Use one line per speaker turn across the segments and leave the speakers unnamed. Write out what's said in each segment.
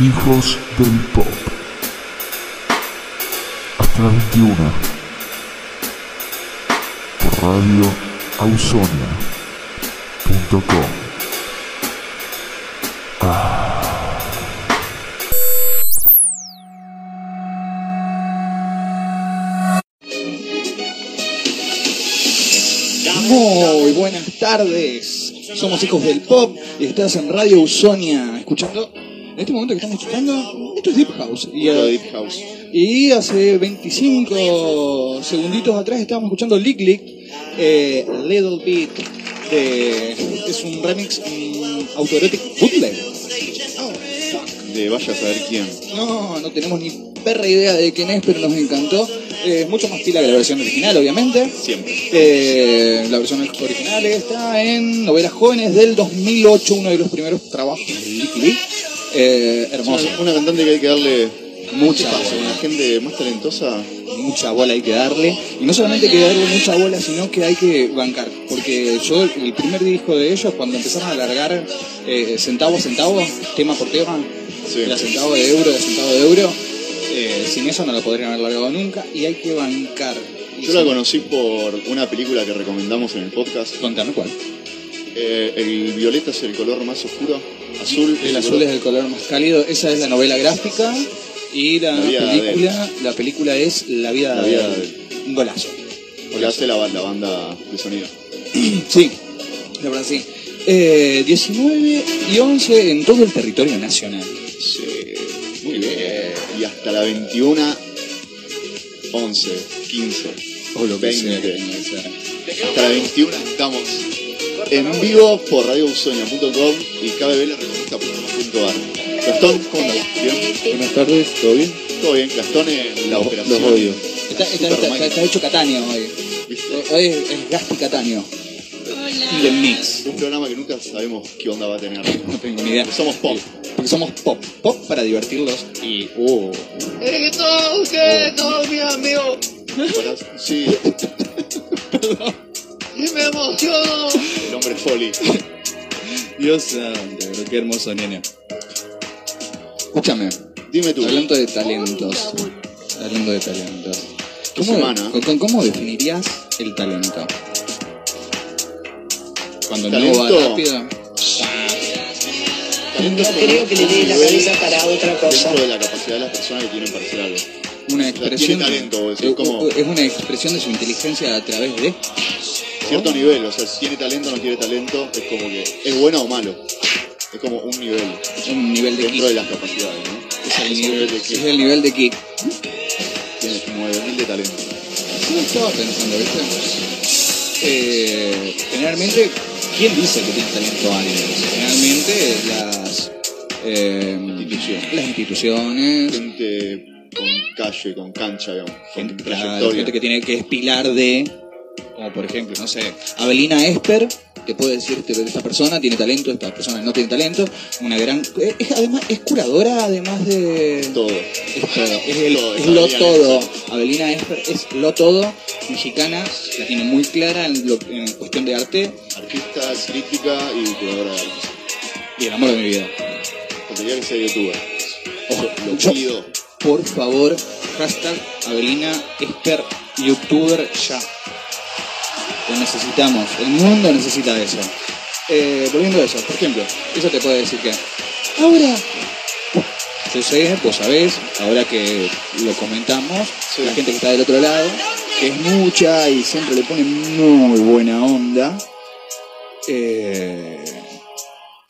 hijos del pop. Hasta las 21. Por radio ausonia.com.
Muy buenas tardes. Somos hijos del pop y estás en Radio Usonia escuchando. En este momento que estamos escuchando, esto es Deep House. Y,
Puro
eh,
Deep House.
y hace 25 segunditos atrás estábamos escuchando Lick Lick, eh, Little Bit. de- es un remix mm, autoerotic bootleg.
De vaya a saber quién.
No, no tenemos ni perra idea de quién es, pero nos encantó. Eh, Es mucho más pila que la versión original, obviamente.
Siempre.
Eh, la versión original está en Novelas Jóvenes del 2008, uno de los primeros trabajos de Lick Lick. Eh, hermoso.
Una, una cantante que hay que darle
Mucha
paso.
bola.
Una gente más talentosa.
Mucha bola hay que darle. Y no solamente hay que darle mucha bola, sino que hay que bancar. Porque yo, el primer disco de ellos, cuando empezaron a alargar eh, centavo a centavo, tema por tema,
Sí.
era centavo de euro, era centavo de euro, eh, sin eso no lo podrían haber largado nunca. Y hay que bancar. Y
Yo la conocí por una película que recomendamos en el podcast.
Contame cuál.
Eh, el violeta es el color más oscuro. Azul.
El azul es el color más cálido, esa es la novela gráfica y la,
La vida de
película, la película es La vida,
La vida
de
de
Un golazo.
O la hace la, la banda de sonido.
Sí, la verdad sí. Eh, 19 y 11 en todo el territorio nacional.
Sí. Muy bien. Y hasta la 21. 11, 15.
O lo que sea
20.
que tenga que ser.
Hasta la 21 estamos en vivo por radiousonia.com y kbblreconquista.com.ar. Gastón, ¿cómo andas? ¿Bien?
Buenas tardes, ¿todo bien?
Todo bien, Gastón en la operación.
Los odio.
Está, está- está-
Superman.
está hecho Catania hoy.
¿Viste?
Eh, Hoy es, es Gasti Catania. The Mix.
Un programa que nunca sabemos qué onda va a tener.
No tengo ni idea.
Somos pop.
Porque somos pop. Pop para divertirlos y. oh,
Para- Sí. Y me emociono. El hombre Foley.
Dios santo, pero qué hermoso nene. Escúchame.
Dime tú.
Hablando de talentos. Hablando de talentos.
semana.
con- con- cómo definirías el talento? Cuando
Talento.
no va rápido.
Talento
Creo que le dé la cabeza para otra cosa.
Dentro de la capacidad de las personas que quieren parecer algo.
Una expresión.
tiene talento, es
eh,
como-
o- o- es una expresión de su inteligencia a través de.
Cierto nivel, o sea, si tiene talento o no tiene talento, es como que es bueno o malo. Es como un nivel.
Un nivel de
dentro de
kick.
las capacidades, ¿no?
Es el
es un
nivel
nivel de
de
kick.
Es el nivel de kick.
Tienes 9000 de talento.
Yo estaba pensando, ¿viste? Eh, generalmente, ¿quién dice que tiene talento alguien? Generalmente las, eh,
Instituciones.
las instituciones,
Gente con calle, con cancha, digamos, con
gente, claro,
trayectoria.
gente que tiene que es pilar de, como por ejemplo, no sé, Abelina Esper, te puede decir este- esta persona tiene talento, esta persona no tiene talento, una gran eh, es, además es curadora además de
Todo.
es todo, es, el-
Todo,
es
es
lo
Abelina
todo. Abelina Esper es lo todo, mexicana, la tiene muy clara en, lo- en cuestión de arte
Artista, crítica y curadora de artes.
y el amor de mi vida.
Tendría que ser youtuber.
Ojo,
Lo
yo-
pido.
por favor, hashtag Abelina Esper youtuber ya. Lo necesitamos, el mundo necesita eso. Eh, volviendo a eso, por ejemplo, eso te puede decir que ahora, yo sé, vos sabés, ahora que lo comentamos,
Sí.
la gente que está del otro lado, que es mucha y siempre le pone muy buena onda, eh,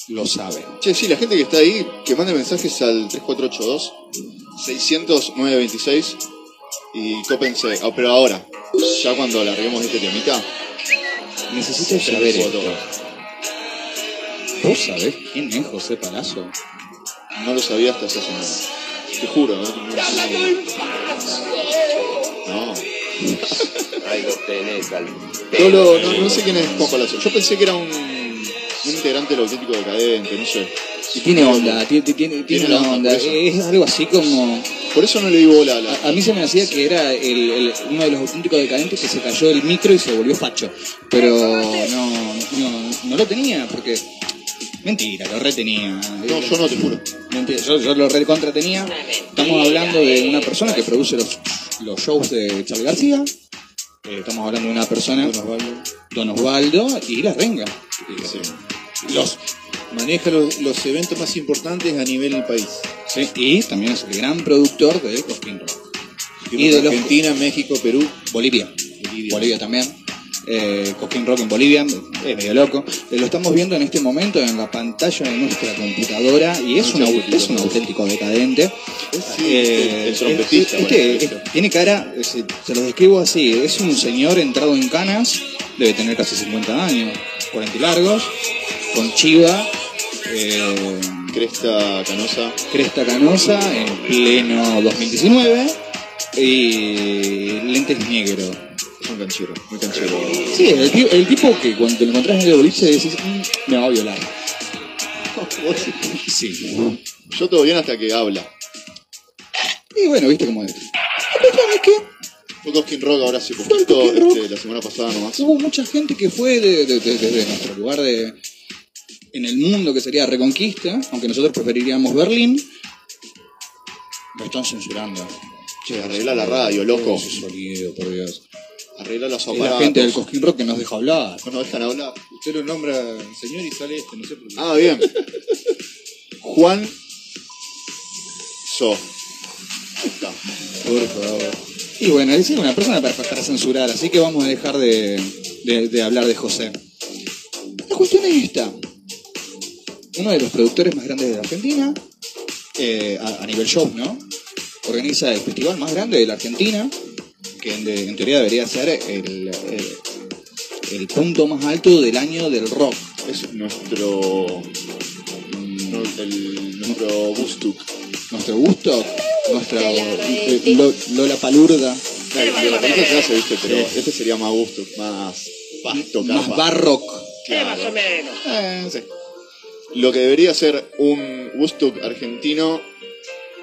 lo sabe.
Che, sí, la gente que está ahí, que mande mensajes al 3482 600 926 y cópense. Ah, pero ahora, ya cuando alarguemos este temita,
Necesito
se
saber
lo
esto.
subo todo.
¿Vos sabés quién es José Palazzo?
No lo sabía hasta hace semana. Te juro, ¿eh? No, lo sabía. no.
Ahí lo tenés, al
No, lo- no, no sé quién es Juan Palacio. Yo pensé que era un, un integrante del auténtico decadente, no sé.
Y tiene onda, tiene, tiene, tiene
Tiene
una
la onda,
onda.
por eso.
Es algo así como.
Por eso no le digo bola a la.
A, a mí se me hacía que era el- el- uno de los auténticos decadentes que se cayó el micro y se volvió facho. Pero no, no, no lo tenía, porque. Mentira, lo retenía.
No, yo no te juro.
Mentira, yo, yo lo recontratenía. Estamos hablando de una persona que produce los, los shows de Charlie García. Eh, estamos hablando de una persona, Don Osvaldo, y La Renga. Eh, Los,
Maneja los, los eventos más importantes a nivel del país.
sí, y también es el gran productor de Cosquín Rock. Y
Y
de los-
Argentina, México, Perú.
Bolivia. Bolivia, también. Eh, Cosquín Rock en Bolivia, es medio loco. Eh, lo estamos viendo en este momento en la pantalla de nuestra computadora y es, un au- es un auténtico decadente. Eh,
el trompetista,
es-
bueno,
este, es- tiene cara, eh, se, se lo describo así, es un señor entrado en canas, debe tener casi 50 años, 40 y largos, con chiva, eh,
Cresta canosa.
cresta canosa, en pleno 2019 y lentes negros.
Es un canchero. Muy canchero.
Sí, el, ti- el tipo que cuando te lo encontrás en el boliche decís, "Mm, me va a violar. Sí.
Yo todo bien hasta que habla.
Y bueno, viste cómo es. Pero ¿sabes qué?
Fue Cosquín Rock ahora hace
Fue el
poquito,
Cosquín Rock.
este, la semana pasada nomás.
Hubo mucha gente que fue de- de- de- desde nuestro lugar de, en el mundo, que sería Reconquista, aunque nosotros preferiríamos Berlín. Lo están censurando.
Che, arregla la radio, loco.
Ese sonido, por Dios.
Arregla los
Es
aparatos.
la gente del Cosquín Rock que nos deja hablar.
No nos dejan hablar.
Usted lo nombra señor y sale este, no sé por qué.
Ah, bien. Juan So. Está.
Por favor.
Y bueno, es una persona para, para censurar, así que vamos a dejar de, de- de hablar de José. La cuestión es esta. Uno de los productores más grandes de Argentina, eh, a, a nivel show, ¿no? Organiza el festival más grande de la Argentina, que en, de- en teoría debería ser el, el- el punto más alto del año del rock.
Es nuestro. no, el- nuestro Bustuk.
Nuestro gusto, nuestra eh, Lo- Lola Palurda,
Claro, que la conoces ya se viste, pero este sería más Bustuk, más pasto,
más
capa.
barrock.
Claro.
Eh, sí.
Lo que debería ser un Bustuk argentino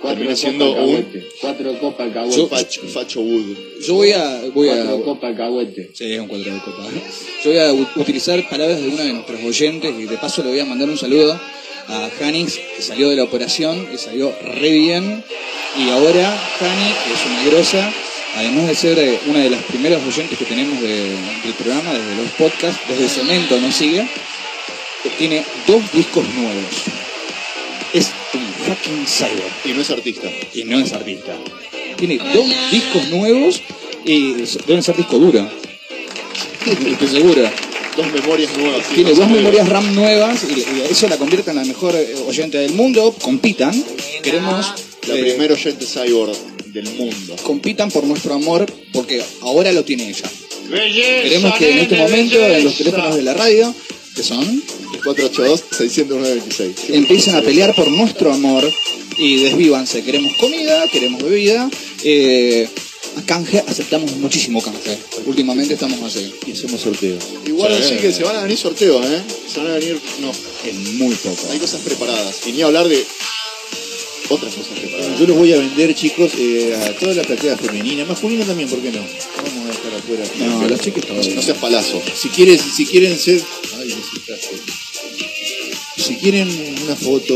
termina siendo un
Cuatro copas
Yo-
alcahuete.
Facho, Facho Wood.
Yo voy a... Voy a
Cuatro copas alcahuete.
Sí, es un cuadro de copa. Yo voy a u- utilizar palabras de uno de nuestros oyentes y de paso le voy a mandar un saludo a Janis, que salió de la operación y salió re bien. Y ahora Jani, que es una grosa, además de ser eh, una de las primeras oyentes que tenemos de- del programa, desde los podcasts, desde Cemento nos sigue, eh, tiene dos discos nuevos. Es un fucking cyber
Y no es artista.
y no es artista. Tiene dos discos nuevos y deben ser disco duro. Estoy seguro.
Dos memorias nuevas. sí,
Tiene dos
nuevas.
memorias RAM nuevas y, y eso la convierte en la mejor eh, oyente del mundo. Compitan. Queremos.
La
eh,
primera oyente cyborg del mundo.
Compitan por nuestro amor porque ahora lo tiene ella. Queremos que en este momento en los teléfonos de la radio, que son,
482-609-26.
empiecen a pelear por nuestro amor y desvívanse. Queremos comida, queremos bebida. eh, a canje aceptamos muchísimo canje. Últimamente estamos así.
Y hacemos sorteos.
Igual
Sí.
así que se van a venir sorteos, ¿eh? Se van a venir. No,
En muy poco.
hay cosas preparadas. Y ni hablar de otras cosas preparadas.
Yo los voy a vender, chicos, eh, a toda la platea femenina, masculina también, ¿por qué no? Vamos a estar afuera.
No, los chicos todavía.
No seas palazo.
Si, quieres, si quieren ser. Ay, necesitaste. Si quieren una foto,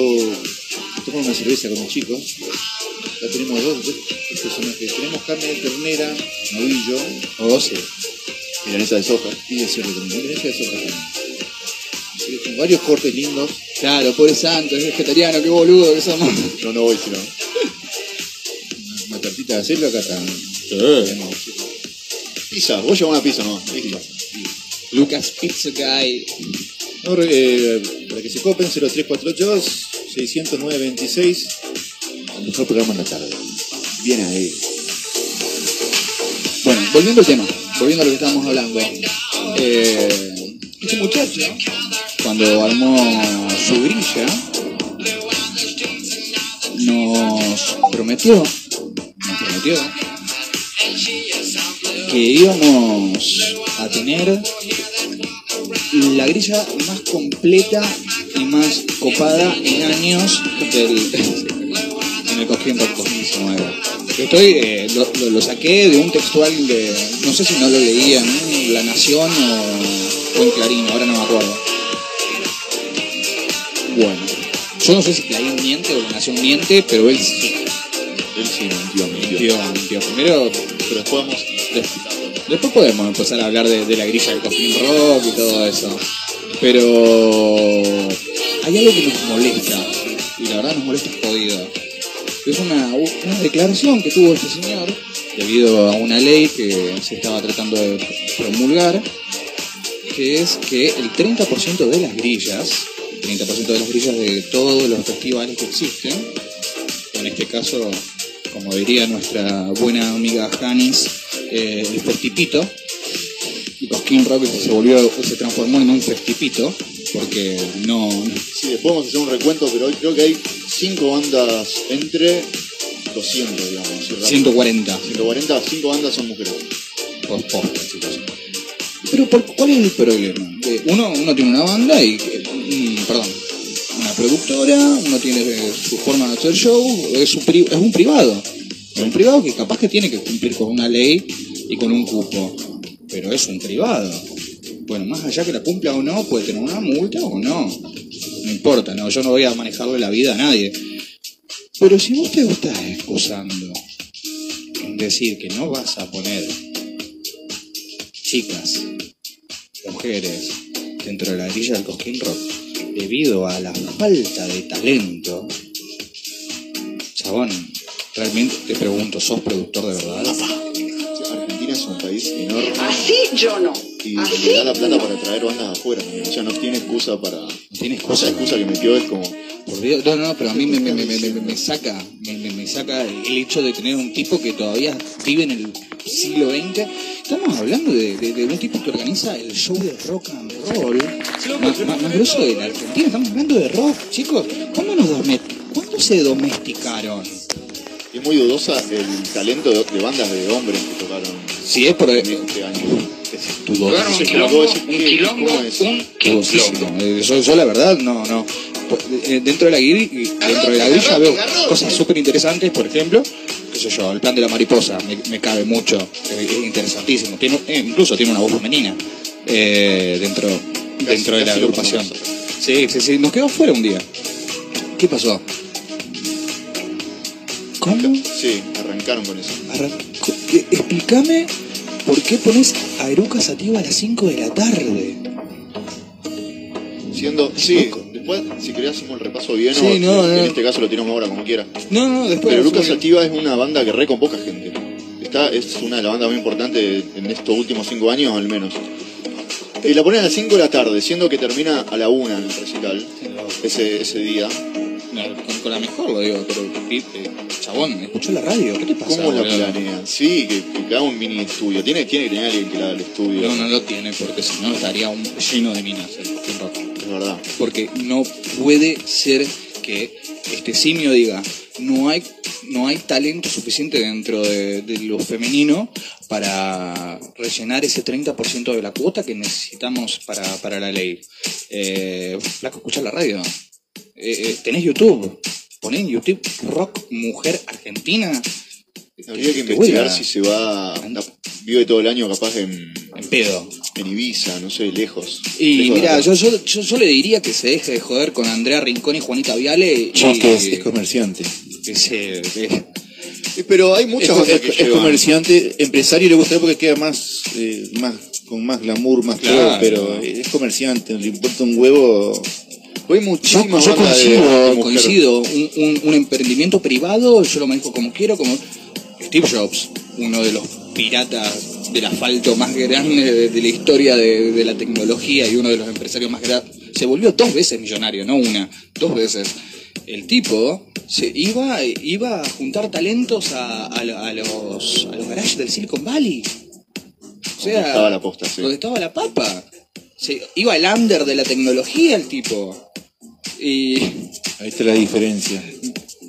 tomar una cerveza con un chico. Ya tenemos dos, dos personajes. Tenemos carne de ternera, novillo
Oh, sí.
Milanesa de soja.
y de cerdo también. Milanesa de soja también. Así que con varios cortes lindos.
Claro, pobre santo, es vegetariano, qué boludo que somos.
No, no voy sino.
Una- Una tartita de cerdo acá está.
Pizza, vos llevas una pizza nomás. Listo.
Lucas Pizza Guy.
No, re- eh, para que se copen, 0342-609-26. El mejor programa en la tarde.
Bien ahí.
Bueno, volviendo al tema, volviendo a lo que estábamos hablando. Eh, este muchacho, cuando armó su grilla, nos prometió, nos prometió que íbamos a tener la grilla más completa y más copada en años del en el Cosquín Rock 2019. Estoy, eh, lo, lo- lo saqué de un textual de, no sé si no lo leía en La Nación o, o en Clarín, ahora no me acuerdo. bueno. Yo no sé si Clarín miente o la Nación miente, pero él sí
Él sí mintió, mintió.
mintió, mintió. Primero,
Pero después vamos.
des- después podemos empezar a hablar de, de la grilla del Cosquín Rock y todo eso. Pero hay algo que nos molesta, y la verdad nos molesta jodido. Es una, una declaración que tuvo este señor debido a una ley que se estaba tratando de promulgar que es que el 30% de las grillas, 30% de las grillas de todos los festivales que existen, en este caso, como diría nuestra buena amiga Janis, eh, el festipito, y Cosquín Rock se volvió, se transformó en un festipito, porque no,
Sí, después vamos a hacer un recuento, pero hoy creo que hay cinco bandas entre 200, digamos. así rápido.
140
140, cinco bandas son mujeres.
post posta, chicos. Pero por- ¿cuál es el problema? Eh, Uno, uno tiene una banda y, eh, mm, perdón, una productora, uno tiene eh, su forma de hacer show, es un, pri- es un privado. Es un privado que capaz que tiene que cumplir con una ley y con un cupo. Pero es un privado. Bueno, más allá que la cumpla o no, puede tener una multa o no. No importa, no, yo no voy a manejarle la vida a nadie. Pero si vos te estás excusando en decir que no vas a poner chicas, mujeres, dentro de la grilla del Cosquín Rock, debido a la falta de talento, chabón, realmente te pregunto, ¿sos productor de verdad?
Argentina es un país enorme
Así yo no.
y
Así
le da la plata
no.
para traer bandas de afuera. también. O sea, no tiene excusa para. O
¿Tienes
sea,
cosas
la excusa que metió es como.
Por Dios, no, no, pero a mí me, me- me- me- me- me saca, me, me- me saca el hecho de tener un tipo que todavía vive en el siglo XX. Estamos hablando de, de- de un tipo que organiza el show de rock and roll más, más- más grosso de la Argentina. Estamos hablando de rock, chicos. ¿Cuándo, nos dome- ¿cuándo se domesticaron?
Es muy dudosa el talento de, de bandas de hombres que tocaron
Si es por... eh,
en este año. Es
Tu voz.
Claro, un quilombo, un quilombo, un
Dudosísimo. Eh, yo, yo la verdad no, no. Pues, eh, Dentro de la grilla, dentro de la grilla veo cosas súper interesantes, por ejemplo, qué sé yo, el plan de la mariposa me, me cabe mucho, eh, es interesantísimo. Tiene, eh, incluso tiene una voz femenina eh, dentro, dentro de la
casi lo
agrupación.
pasamos.
Sí, sí, sí, nos quedó fuera un día. ¿Qué pasó? ¿Cómo?
Sí, arrancaron con eso.
Arran- co- e- Explícame por qué pones a Eruca Sativa a las 5 de la tarde.
Siendo. Sí, después, si querés, hacemos el repaso bien
Sí,
o
no,
en
no.
este caso lo tiramos ahora como quiera.
No, no, después.
Pero Lucas Sativa es una banda que reconvoca gente. Está, es una de las bandas muy importantes en estos últimos cinco años al menos. Y la ponen a las 5 de la tarde, siendo que termina a la 1 el recital ese, ese día.
No, con, con la mejor lo digo, pero eh, eh, chabón, escuchó la radio, ¿qué te pasa?
¿Cómo la
boludo?
planean? Sí, que, que haga un mini estudio. Tiene, tiene que tener alguien que la haga el estudio.
No, no lo tiene, porque si no estaría un lleno de minas. eh, el Cosquín Rock.
Es verdad.
Porque no puede ser que este simio diga, no hay, no hay talento suficiente dentro de, de lo femenino para rellenar ese 30% de la cuota que necesitamos para, para la ley. Eh, flaco, escuchá la radio. Eh, eh, tenés YouTube. Poné en YouTube Rock Mujer Argentina
Habría que
que
investigar
vuela.
si se va. anda- vive todo el año capaz en,
en pedo.
en Ibiza, no sé, lejos.
Y
Lejos de
mira,
la-
yo, yo, yo, yo le diría que se deje de joder con Andrea Rincón y Juanita Viale. Y,
Chicos, es comerciante.
que se- que-
Eh, Pero hay
Es,
muchas bandas
es-
que
es
llevan.
comerciante, empresario le gusta porque queda más, eh, más con más glamour, más
Claro.
todo, pero es comerciante, le importa un huevo.
Hay
Yo,
muchísimas
yo
bandas de-
coincido,
de mujer.
coincido. Un, un- un emprendimiento privado, yo lo manejo como quiero, como Steve Jobs, uno de los piratas del asfalto más grande de, de la historia de, de la tecnología y uno de los empresarios más grandes. Se volvió dos veces millonario, no una, dos veces. El tipo se iba, iba a juntar talentos a, a lo- a los, a los garages del Silicon Valley. O sea,
Donde estaba la posta, sí.
donde estaba la papa. Se- iba el under de la tecnología el tipo. Y,
Ahí está la diferencia.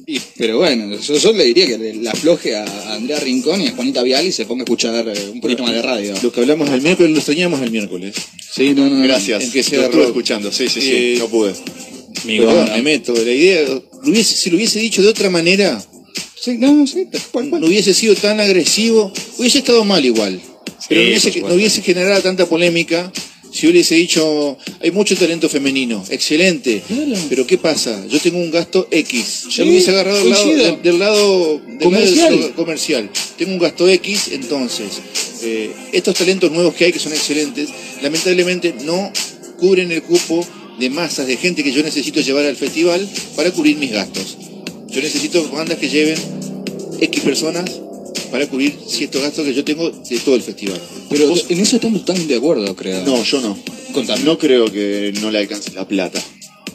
y- pero bueno, yo, yo le diría que le- la afloje a a Andrea Rincón y a Juanita Vial y se ponga a escuchar eh, un poquito más de radio.
Lo que hablamos el miércoles lo extrañamos el miércoles.
Sí, no, no.
Gracias.
en que se
lo
agarró.
estuve escuchando, sí, sí, sí.
Eh,
no pude.
Perdón, me meto. La idea, lo hubiese- si lo hubiese dicho de otra manera,
Sí, no, sí, tal cual, cual.
no hubiese sido tan agresivo, hubiese estado mal igual. Pero no, hubiese, no hubiese generado tanta polémica Si yo hubiese dicho, hay mucho talento femenino, excelente,
Claro.
pero ¿qué pasa? Yo tengo un gasto X.
Sí,
yo me hubiese agarrado del lado,
coincido.
del- del lado del lado
Comercial.
so- comercial. Tengo un gasto X, entonces, eh, estos talentos nuevos que hay, que son excelentes, lamentablemente no cubren el cupo de masas, de gente que yo necesito llevar al festival para cubrir mis gastos. Yo necesito bandas que lleven X personas para cubrir ciertos gastos que yo tengo de todo el festival.
Pero en eso estamos tan de acuerdo, creo.
No, yo no.
Contame.
No creo que no le alcance la plata.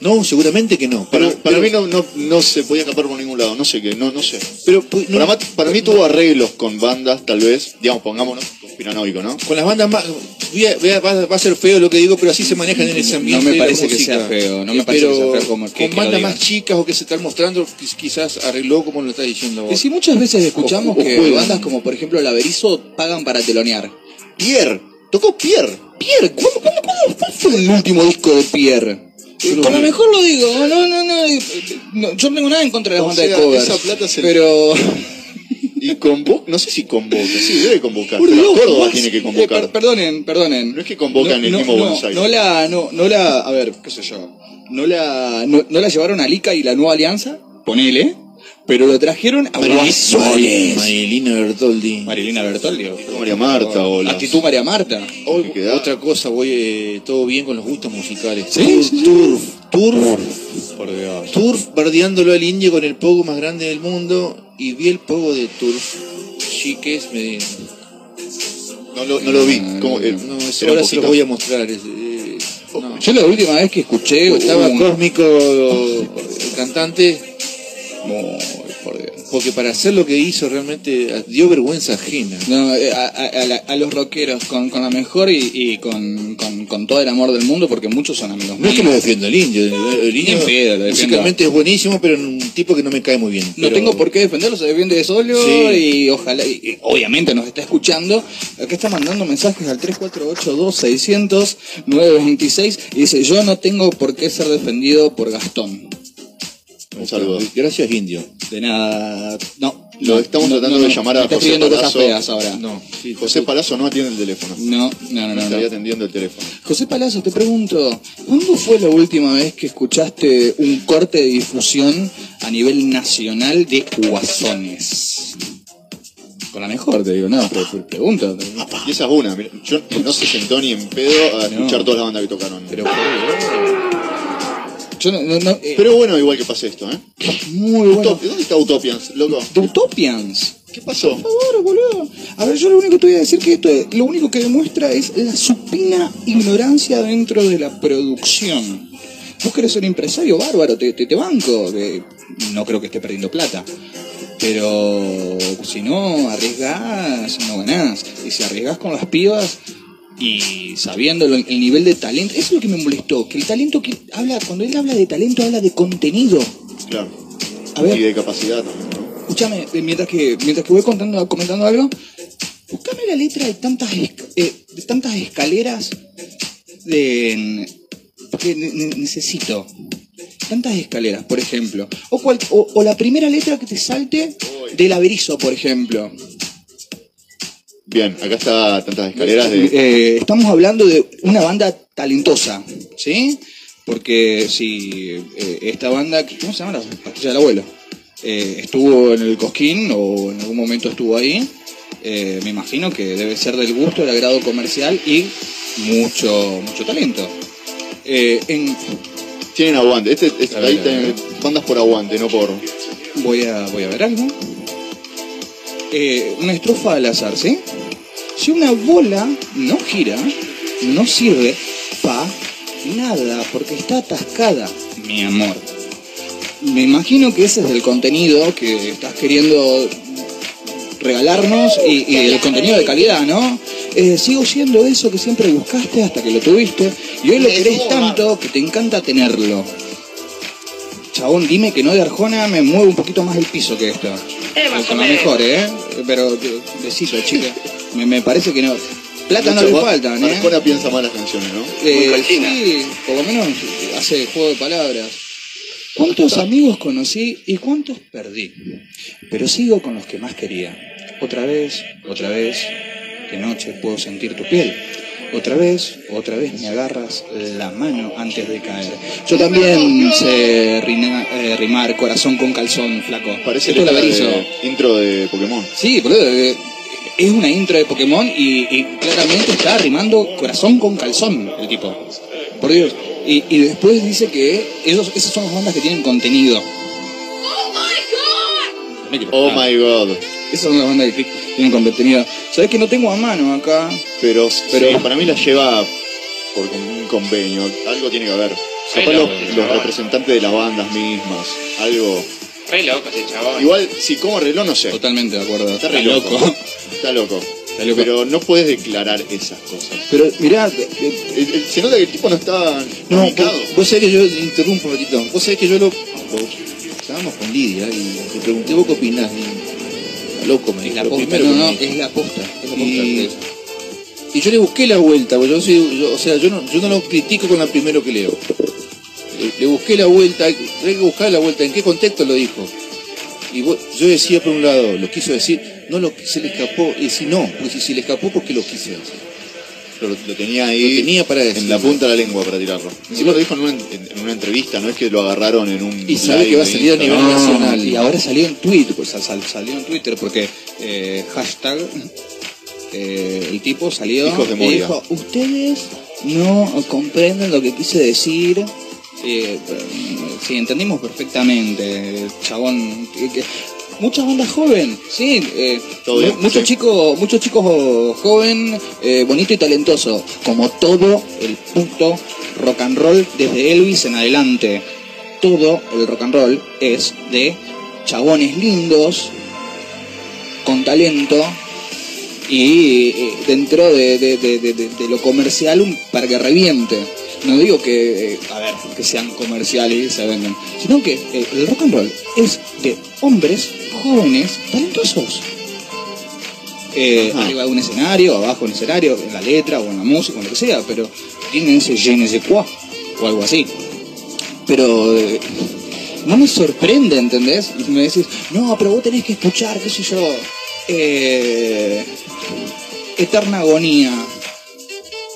No, seguramente que no.
Para,
Pero-
para
pero-
mí no, no, no se podía escapar por ningún lado, no sé qué, no, no sé.
Pero, pues, no-
para, ma- para mí tuvo arreglos con bandas, tal vez, digamos, pongámonos, conspiranoico, ¿no?
Con las bandas más. voy a- voy a- va, va a ser feo lo que digo, pero así se manejan en ese
No
ambiente.
me
de la
parece que
música.
sea feo, no me
Eh,
parece que
pero
sea feo como que- que lo
Con bandas
digan.
más chicas o que se están mostrando, quiz- quizás arregló como lo está diciendo
Y
vos.
si muchas veces escuchamos
O- o
que
juegan.
bandas como por ejemplo La Berizo pagan para telonear.
Pierre, tocó Pierre.
Pierre, ¿cuándo, cuándo, cuándo- cuál fue el último disco de Pierre? Por lo mejor lo digo, no, no, no, eh, no, yo no tengo nada en contra de las
O
bandas
sea,
de covers.
esa plata se-
Pero
Y convoca, no sé si convoca, sí, debe convocar.
Por
pero
Dios,
Córdoba
más-
tiene que
Eh, per-
convocar.
perdonen, perdonen.
No es que convocan el mismo Buenos Aires.
No la, no, no la, a ver, qué sé yo. No la, no, no la llevaron a Lica y la nueva alianza, ponele, pero lo trajeron a Guasoles.
Marilina Bertoldi.
Marilina Bertoldi. o-
María Marta o las-
Actitud María Marta.
Hoy,
que queda.
otra cosa, voy eh, todo bien con los gustos musicales.
Sí,
Turf,
sí, sí.
Turf, Turf,
Por Dios.
Turf, bardeándolo al indie con el pogo más grande del mundo. Y vi el pogo de Turf. Chiques, me.
No lo, no lo vi.
No,
como-
no,
eh,
No,
era
eso ahora se los
poquito.
voy a mostrar. es- eh, no.
Yo la última vez que escuché
Uh,
Estaba
un-
cósmico el cantante.
Muy, por Dios.
Porque para hacer lo que hizo realmente dio vergüenza ajena.
No, eh, a, a- a la- a los rockeros con, con la mejor y, y con, con- con todo el amor del mundo, porque muchos son amigos
No es que lo
míos.
defiendo el indio. El el
Ni en
indio
pedo lo defiendo.
musicalmente es buenísimo, pero es un tipo que no me cae muy bien.
No
Pero-
tengo por qué defenderlo, se defiende solo
Sí.
y ojalá, y- y obviamente nos está escuchando. Acá está mandando mensajes al 3482-600-926 y dice, yo no tengo por qué ser defendido por Gastón.
Un saludo.
Gracias, indio.
De nada, no.
Lo
no,
estamos tratando de llamar a
está
José
escribiendo cosas
Palazzo.
feas ahora. No,
No, sí,
José Palazzo no atiende el teléfono.
no, no, no.
No
no.
estaría atendiendo el teléfono.
José Palazzo, te pregunto, ¿cuándo fue la última vez que escuchaste un corte de difusión a nivel nacional de guasones? Con la mejor, te digo, no, pero pero pregunta.
Y esa es una. mirá, Yo no se sentó ni en pedo a
Ah, No.
escuchar todas las bandas que tocaron.
Pero, yo no, no, no, eh,
Pero bueno, igual que pase esto, ¿eh?
muy bueno.
Utop- ¿Dónde está Utopians, loco?
The Utopians.
¿Qué pasó?
Por favor, boludo. A ver, yo lo único que te voy a decir que esto es- lo único que demuestra es la supina ignorancia dentro de la producción. Vos querés ser empresario bárbaro, te, te, te banco. que no creo que esté perdiendo plata. Pero si no, arriesgás, no ganás. Y si arriesgás con las pibas y sabiendo lo- el nivel de talento, eso es lo que me molestó. Que el talento que habla, cuando él habla de talento, habla de contenido.
Claro.
A ver.
Y de capacidad también, ¿no?
Escúchame, eh, mientras que, mientras que voy contando, comentando algo, buscame la letra de tantas, esc- eh, de tantas escaleras de, que ne- ne- necesito. Tantas escaleras, por ejemplo. O, cual- o, o la primera letra que te salte del averizo, por ejemplo.
Bien, acá está tantas escaleras de.
Eh, estamos hablando de una banda talentosa, ¿sí? Porque si eh, esta banda, ¿cómo se llama? La pastilla del abuelo. Eh, estuvo en el Cosquín o en algún momento estuvo ahí. eh, me imagino que debe ser del gusto, del agrado comercial y mucho, mucho talento. Eh, en-
Tienen aguante. Este, este-
A ver,
ahí
a ver.
tienen bandas por aguante, no por.
voy, a, voy a ver algo. Eh, una estrofa al azar, ¿sí? Si una bola no gira, no sirve pa nada, porque está atascada, mi amor. Me imagino que ese es el contenido que estás queriendo regalarnos y, y el contenido de calidad, ¿no? Eh, sigo siendo eso que siempre buscaste hasta que lo tuviste y hoy lo querés tanto que te encanta tenerlo. Chabón, dime que no de Arjona me mueve un poquito más el piso que esto.
más
Con lo
o menos.
mejor, ¿eh? Pero eh, besito, chica. Me, me parece que no. Plata no le
Mucho-
faltan, ¿eh?
Marcona piensa mal las canciones, ¿no?
Eh,
Muy cochina.
sí, por lo menos hace juego de palabras. ¿Cuántos amigos conocí y cuántos perdí? Pero sigo con los que más quería. Otra vez, otra vez, de noche puedo sentir tu piel. Otra vez, otra vez me agarras la mano antes de caer. Yo también sé rina- eh, rimar corazón con calzón, flaco.
Parece
Esto
el
lo averizo.
intro de Pokémon.
Sí, boludo. eh, Es una intro de Pokémon y, y claramente está rimando corazón con calzón el tipo. Por Dios. Y, y después dice que ellos, esas son las bandas que tienen contenido. Me quiero
Oh
cagar.
my god.
Esas son las bandas que tienen contenido. ¿Sabés que no tengo a mano acá?
Pero, pero
Sí.
para mí la lleva por con- un convenio. Algo tiene que haber. Capaz
Pero,
los,
pero,
los
bueno.
representantes de las bandas mismas. Algo.
Re loco ese chabón.
Igual, si cómo arregló, no sé.
Totalmente de acuerdo.
Está re loco. Está loco.
Está loco.
Pero no puedes declarar esas cosas.
Pero mirá, eh,
El- el- se nota que el tipo no está
No,
ubicado.
vos, vos sabés que yo interrumpo un ratito. Vos sabés que yo lo. lo- estábamos con Lidia y le pregunté vos qué opinás. y- la loco me
es
dijo.
la
lo
posta.
primero
No,
que
no,
me dijo.
es la posta. Es la posta.
Y, y yo le busqué la vuelta, porque yo soy- yo- o sea, yo no, yo no lo critico con la primero que leo. Le, le busqué la vuelta, hay que buscar la vuelta, en qué contexto lo dijo. Y vos- yo decía por un lado, lo quiso decir, no lo se le escapó, y si no, porque si se le escapó porque lo quiso decir.
Lo, lo tenía ahí.
Lo tenía para decir.
en la punta de la lengua para tirarlo. Encima lo dijo en una, en- en una entrevista, no es que lo agarraron en un.
Y sabe
live
que va a
de
salir a
Instagram.
nivel nacional.
y ahora salió en Twitter, pues, sal- sal- salió en Twitter porque eh, hashtag eh, el tipo salió
Hijos de
y
Moria.
dijo, ustedes no comprenden lo que quise decir. Eh, pero, mm, sí, entendimos perfectamente, el chabón. que- que- Muchas bandas joven, sí, eh,
Todo bien,
mu- muchos
sí.
chicos, muchos chicos joven, eh, bonito y talentoso, como todo el puto rock and roll desde Elvis en adelante todo el rock and roll es de chabones lindos, con talento y eh, dentro de, de- de- de- de- de lo comercial un- para que reviente. No digo que, eh, a ver, que sean comerciales y se vendan, sino que eh, el rock and roll es de hombres jóvenes talentosos. Eh,
Ajá.
arriba de un escenario, abajo de un escenario, en la letra o en la música, o en lo que sea, pero tienen ese je ne sais quoi o algo así pero eh, no me sorprende, ¿entendés? Y me decís, no, pero vos tenés que escuchar, qué sé yo, eh, Eterna Agonía.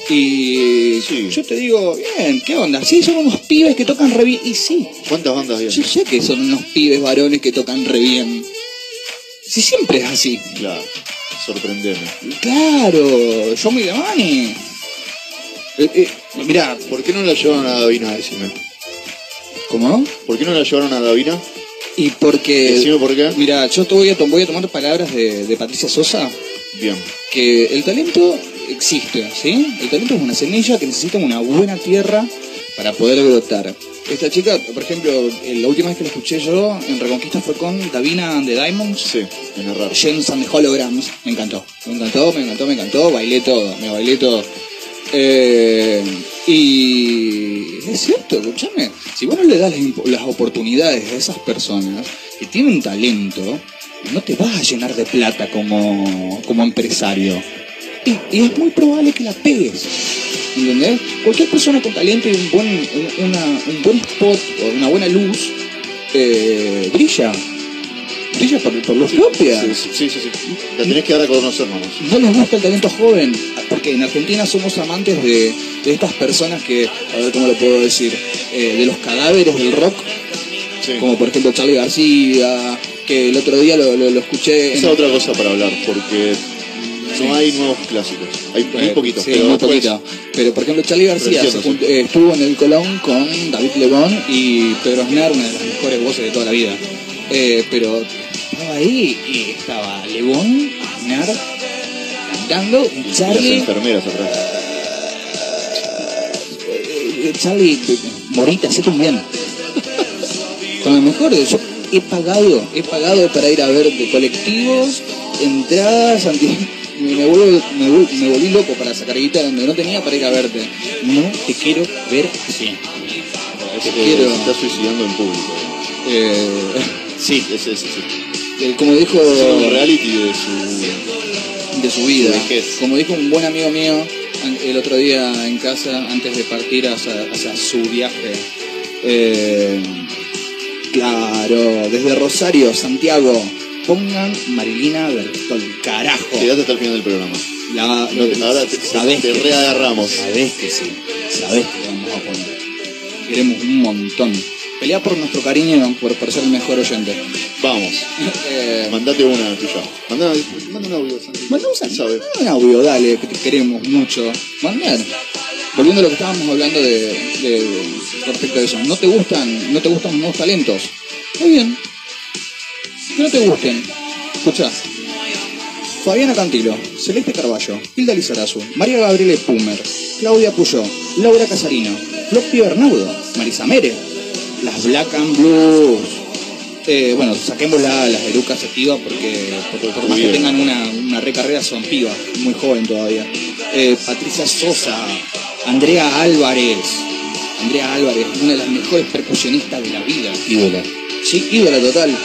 Y
Sí.
yo te digo, bien, ¿qué onda? Sí, son unos pibes que tocan re bien. Y sí,
¿Cuántas bandas había?
yo sé que son unos pibes varones que tocan re bien. Si siempre es así.
Claro, sorprenderme.
Claro, yo me Money. Eh, eh, mirá,
¿Por qué no la llevaron a Davina? Decime.
¿cómo?
¿Por qué no la llevaron a Davina?
Y porque...
Decime por qué.
Mira, yo te voy a, to- voy a tomar palabras de, de Patricia Sosa,
Bien.
que el talento existe, ¿sí? El talento es una semilla que necesita una buena tierra para poder brotar. Esta chica, por ejemplo, eh, la última vez que la escuché yo en Reconquista fue con Davina and the Diamonds,
Sí, en errar.
James and the Holograms. Me encantó, me encantó, me encantó, me encantó, bailé todo, me bailé todo. Eh, y es cierto, escúchame, si vos no le das las, impo- las oportunidades a esas personas que tienen talento, no te vas a llenar de plata como, como empresario. Y, y es muy probable que la pegues. ¿Entendés? Cualquier persona con talento y un buen, un- una- un buen spot o una buena luz eh, brilla. Brilla por, por luz propia
Sí, sí, sí, sí, sí. La tenés que dar a conocer nomás.
no les gusta el talento joven, porque en Argentina somos amantes de, de estas personas que, a ver cómo lo puedo decir, Eh, de los cadáveres del rock,
Sí.
como por ejemplo Charlie García, que el otro día lo, lo- lo escuché en...
Esa es otra cosa para hablar, porque no hay nuevos clásicos. Hay muy
eh,
poquitos.
sí,
pero
muy
después-
poquito. Pero por ejemplo Charlie García
Pero entiendo,
se jun- eh, estuvo en el Colón con David Lebón y Pedro Aznar, una de las mejores voces de toda la vida. Eh, pero estaba ahí y estaba Lebón, Aznar, cantando, y
Las
Charlie...
enfermeras atrás.
Eh, Charlie, eh, Morita, hacete un bien. Con lo mejor, yo he pagado, he pagado para ir a ver de colectivos, entradas, anti... me, me vuelvo- me vol- me volví loco para sacar guita donde no tenía para ir a verte. No te quiero ver así. Te
Eh,
quiero.
Se está suicidando en público.
Eh,
Sí, ese es, ese.
eh, como dijo
Es un reality de su.
de su vida.
Vejez.
Como dijo un buen amigo mío an- el otro día en casa, antes de partir hacia, hacia su viaje. eh, claro, desde Rosario, Santiago, pongan Marilina Bertol, carajo.
Quedate hasta el final del programa.
La La,
No te- ahora te,
sabés
te
que-
reagarramos.
Sabés que sí, sabés que lo vamos a poner. Queremos un montón. Pelea por nuestro cariño y por, por ser el mejor oyente.
Vamos,
Eh,
mandate una tuya. Mandá, manda un audio, Santi.
Mandamos a-
Sabe.
mandá un audio, dale, que te queremos mucho. Mandar. Volviendo a lo que estábamos hablando de, de- respecto a eso. No te gustan, no te gustan nuevos talentos. Muy bien. Que no te gusten. Escuchá. Fabiana Cantilo, Celeste Carballo, Hilda Lizarazu, María Gabriela Pumer, Claudia Puyó, Laura Casarino, Floppy Bernardo, Marisa Mere, las Black and Blues. Eh, bueno, saquemos la- las erucas activas porque, porque por más que
Bien.
tengan una, una recarrera son pibas, muy joven todavía. Eh, Patricia Sosa, Andrea Álvarez, Andrea Álvarez, una de las mejores percusionistas de la vida.
Ídola.
Sí, ídola total.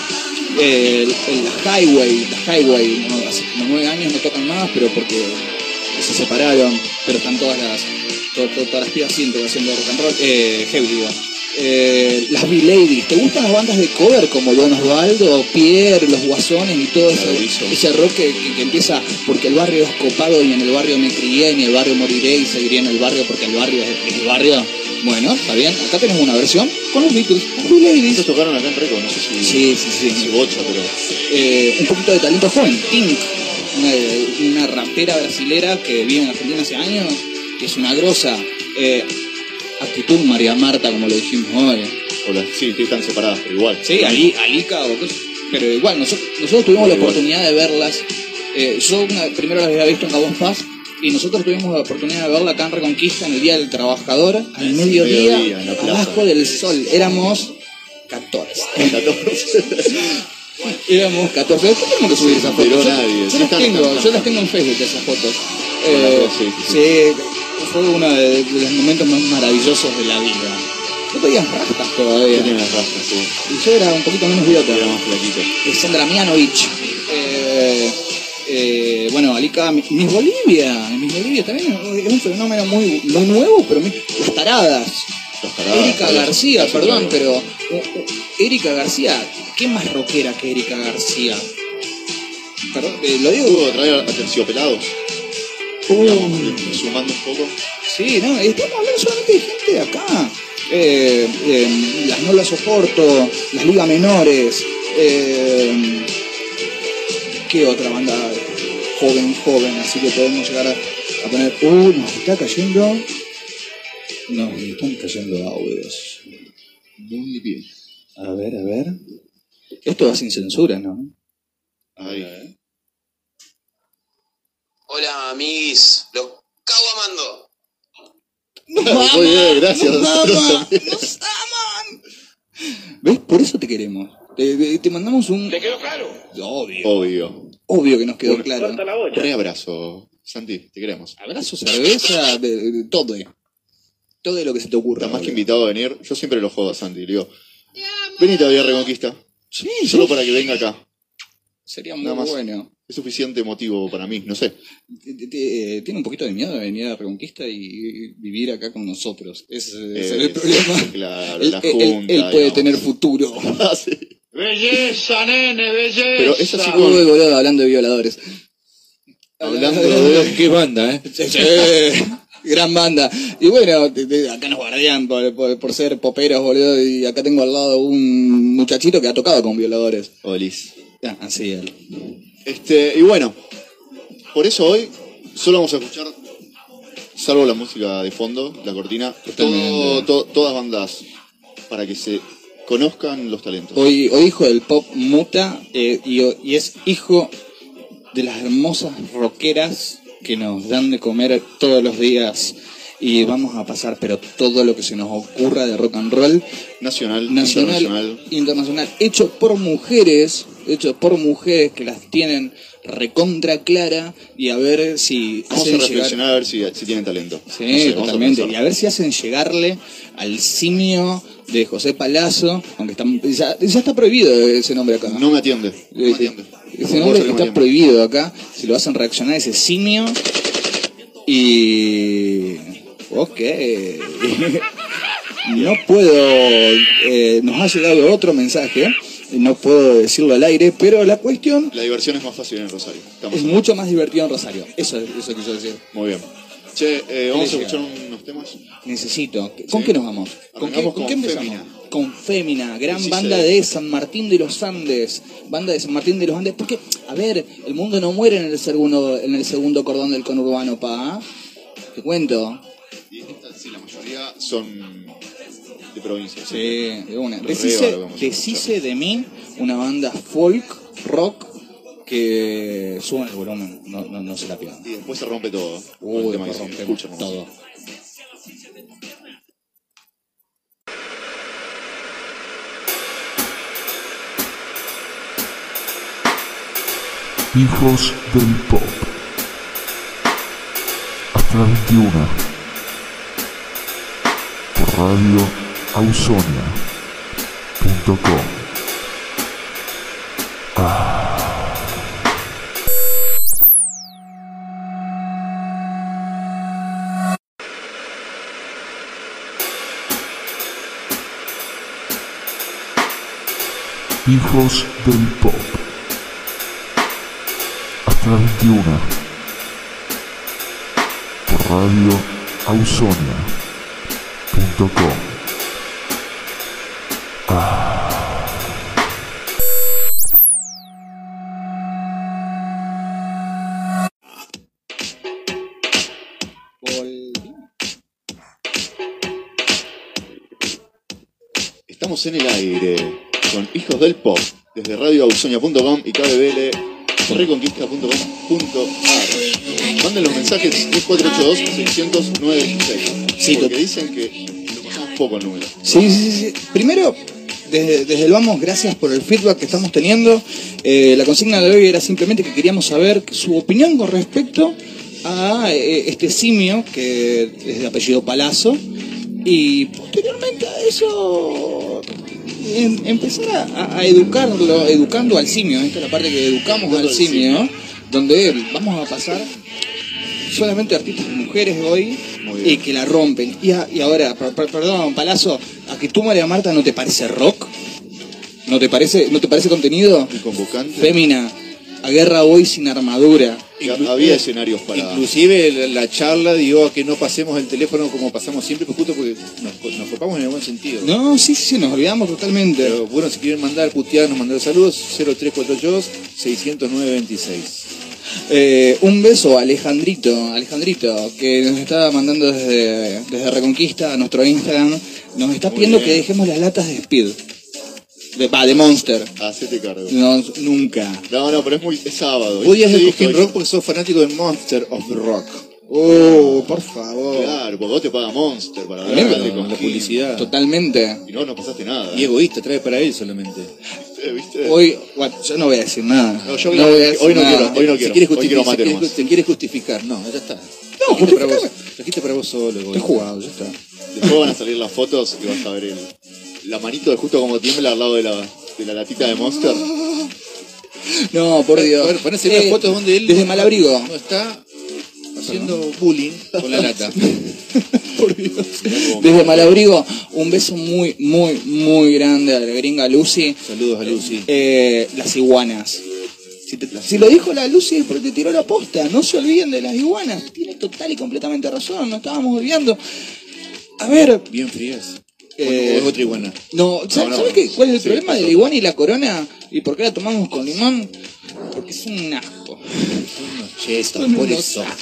Eh, el- el- la Highway, la Highway, no, hace como nueve años no tocan más, pero porque se separaron, pero están todas las, to- to- todas las pibas siempre haciendo rock and roll, eh, heavy digo. Eh, las B-Ladies, ¿te gustan las bandas de cover como Don Osvaldo, Pierre, Los Guasones y todo ese,
Clarísimo.
ese rock que, que- que empieza porque el barrio es copado y en el barrio me crié, en el barrio moriré y seguiré en el barrio porque el barrio es es el barrio? Bueno, está bien, acá tenemos una versión con los Beatles, las B-Ladies.
Ellos tocaron acá en Reco, no sé si,
Sí, sí, sí.
si bocha, pero.
Eh, un poquito de talento joven, Pink, una, una rapera brasilera que vive en Argentina hace años, que es una grosa. Eh, actitud María Marta, como lo dijimos hoy.
O las, sí, sí, están separadas, pero igual.
Sí, Ali, Alica o cosas. Pero igual, nosotros, nosotros tuvimos la
Igual.
oportunidad de verlas. Eh, yo una- primero las había visto en Cabo Paz y nosotros tuvimos la oportunidad de verla acá en Reconquista en el Día del Trabajador, al mediodía,
mediodía, en la plaza.
abajo del sol. Éramos 14.
14.
Éramos 14. ¿Por qué tengo que subir esas fotos?
No se enteró
Yo-
nadie.
Yo,
Sí,
las
están,
tengo,
están,
yo
están.
las tengo en Facebook esas fotos.
Bueno,
Eh,
sí, sí, sí.
sí, fue uno de, de los momentos más maravillosos de la vida. No tenías rastas
Yo
todavía.
tenía las rastas, sí.
Y yo era un poquito menos idiota.
Era más flaquito.
Eh, Sandra Mianovich. Eh, eh, bueno, Alica, Miss Miss Bolivia. Miss Bolivia también es un fenómeno muy, muy nuevo, pero Miss- las taradas.
Las taradas,
Erika
taradas.
García,
Eso
perdón,
claro.
pero eh, eh, Erika García, ¿qué más rockera que Erika García? Perdón, eh, lo digo.
Hubo traer a terciopelados, digamos, sumando un poco.
Sí, no, eh, estamos hablando solamente de gente de acá. Eh, eh, las no las soporto, las ligas menores. eh, ¿Qué otra banda joven, joven? Así que podemos llegar a, a poner. Uh, nos está cayendo. Nos están cayendo audios.
Muy bien.
A ver, a ver. Esto va sin censura, ¿no? eh.
Ahí.
Hola, amiguis. Los cago amando.
Muy bien, gracias.
ama, nos aman. ¿Ves? Por eso te queremos. Te, te mandamos un. ¿Te quedó claro? Obvio.
Obvio.
Obvio que nos quedó
Bueno.
claro.
Reabrazo, Santi, te queremos.
Abrazo, cerveza, de, de todo. Todo lo que se te ocurra.
Estás más que
boludo.
invitado a venir. Yo siempre lo jodo a Santi, le digo. Venite a Vía Reconquista,
Sí,
solo para que venga acá.
sería muy
Nada más.
bueno.
Es suficiente motivo para mí, no sé.
Te- te- te- eh, Tiene un poquito de miedo de venir a Reconquista y vivir acá con nosotros. Ese es, ese es el
Eh,
problema.
Claro,
Él-
la
él-
junta.
él puede
digamos.
tener futuro.
Ah, sí.
Belleza, nene, belleza.
Pero es así
Uy,
con...
boludo, hablando de violadores.
Hablando
Pero
de...
Qué banda, ¿eh?
Sí, gran banda. Y bueno, de- de- acá nos guardean por, por- por ser poperos, boludo. Y acá tengo al lado un muchachito que ha tocado con violadores.
Olis.
Ah, Así él.
Este, y bueno, por eso hoy solo vamos a escuchar, salvo la música de fondo, la cortina, todo,
Totalmente.
to- todas bandas para que se conozcan los talentos.
Hoy, hoy hijo del pop muta eh, y, ho- y es hijo de las hermosas rockeras que nos dan de comer todos los días. Y vamos a pasar, pero todo lo que se nos ocurra de rock and roll.
Nacional,
nacional,
internacional.
internacional. hecho por mujeres, hecho por mujeres que las tienen recontra clara y a ver si
Vamos a
hacen
reflexionar
llegar.
a ver si, si tienen talento.
Sí,
No sé, vamos a
totalmente. Y
pensar.
a ver si hacen llegarle al simio de José Palazzo, aunque está, ya, ya está prohibido ese nombre acá.
No me atiende. No me
Eh,
atiende.
Ese
No
nombre
puedo hacer que me
está
atienda.
prohibido acá. Si lo hacen reaccionar a ese simio. Y. Ok. No puedo. eh, nos ha llegado otro mensaje no puedo decirlo al aire, pero la cuestión
La diversión es más fácil en Rosario. Estamos
es mucho más divertida en Rosario. Eso es eso quiso decir.
muy bien. Che, eh, vamos a
llega?
escuchar unos temas.
Necesito. ¿Con
Sí.
qué nos vamos? ¿Con qué,
Arrancamos
con
con
qué empezamos?
Fémina.
Con Fémina, gran
16.
banda de San Martín de los Andes. Banda de San Martín de los Andes. Porque, a ver, el mundo no muere en el segundo, en el segundo cordón del conurbano, pa. Te cuento.
Y esta, sí, la mayoría son de provincia.
Sí, de una.
Re
Deshice,
bárbaro, vamos a
Deshice de mí una banda folk, rock, que suban el volumen, no, no, no se la pierdan.
Y después se rompe todo. con el
Uy,
tema que
después
sigue.
rompemos
Escucha, hermoso.
todo.
Hijos del pop. Hasta la 21. Por radio ausonia.com. Ah. Hijos del pop. Hasta la 21. Por radio ausonia.com.
Estamos en el aire con Hijos del Pop desde radioausonia.com y kbbl reconquista.com.ar Manden los mensajes 3482-609-16
Sí,
porque
tot-
dicen que lo pasamos poco el número.
Sí, sí, sí. sí. Primero, desde, desde el Vamos, gracias por el feedback que estamos teniendo. Eh, la consigna de hoy era simplemente que queríamos saber su opinión con respecto a eh, este simio, que es de apellido Palazzo, y posteriormente a eso em- empezar a, a- a educarlo, educando al simio. Esta es la parte que educamos al
Educando al
simio, donde vamos a pasar solamente artistas mujeres hoy
Muy bien.
y que la rompen. Y, a- y ahora, per- per- perdón, Palazo, ¿a que tú, María Marta, no te parece rock? ¿No te parece, no te parece contenido?
El convocante.
Fémina, a guerra hoy sin armadura.
que había escenarios para...
Inclusive la, la charla dio a que no pasemos el teléfono como pasamos siempre, pues justo porque nos, co- nos copamos en el buen sentido.
No, sí, sí, sí, nos olvidamos totalmente.
Pero bueno, si quieren mandar, putearnos, mandar saludos, 0342-609-26.
Eh, un beso a Alejandrito, Alejandrito, que nos está mandando desde, desde Reconquista a nuestro Instagram. Nos está
Muy
pidiendo
bien.
que dejemos las latas de Speed. De, va, de Monster.
Hacete cargo.
No, nunca.
No, no, pero es muy... es sábado.
Odias
Yo te
el
dije
Cojín
hoy-
Rock porque sos fanático del Monster of Rock.
Oh, por favor.
Claro, porque vos te paga Monster para hablar
Claro,
de
Ah, la
Cojín.
publicidad.
Totalmente.
Y no, no pasaste nada.
Y egoísta, trae para él solamente.
Eh, ¿Viste?
Hoy, bueno, yo no voy a decir nada.
No, yo-
voy a decir
hoy no
nada.
quiero, hoy no
Eh, Si
quiero. hoy
quieres
quiero
justificar,
mate nomás.
te quieres justificar, no, ya está.
No,
Trajiste para
justificame.
vos- Trajiste para vos solo,
Estoy
egoísta.
jugado, ya está.
Después van a salir las fotos y vas a ver el- la manito de justo como tiembla al lado de la, de la latita de Monster.
No, por Dios.
A ver, ponés ahí unas
Eh,
fotos donde él.
Desde Malabrigo.
No está haciendo bullying con la lata.
por Dios. Desde Malabrigo, un beso muy, muy, muy grande a la gringa Lucy.
Saludos a Lucy.
Eh, las iguanas. Si, te- si lo dijo la Lucy es porque te tiró la posta. No se olviden de las iguanas. Tiene total y completamente razón. Nos estábamos olvidando. A ver,
Bien frías.
Eh,
o es otra iguana.
No, ¿sabes,
no,
sabes
no.
qué? cuál es el
Sí,
problema de
pasó.
la iguana y la corona? ¿Y por qué la tomamos con limón? Porque es un asco.
Son unos chetos,
Son
por
unos
eso.
a-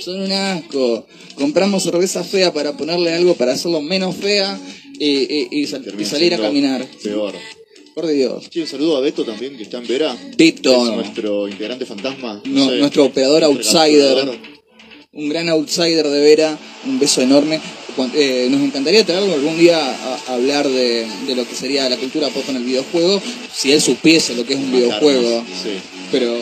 Son un asco. Compramos cerveza fea para ponerle algo para hacerlo menos fea eh, eh, y, sal- y
Termina
salir a
siendo
caminar.
Peor.
Por Dios.
Che, un saludo a Beto también, que está en Vera. Es
Beto,
nuestro integrante fantasma.
no-
sé,
nuestro operador
nuestro
outsider,
calculador.
un gran outsider de Vera, un beso enorme. Cuan- eh, nos encantaría traerlo algún día a, a hablar de, de lo que sería la cultura pop en el videojuego, si él supiese lo que es un videojuego.
Sí,
Pero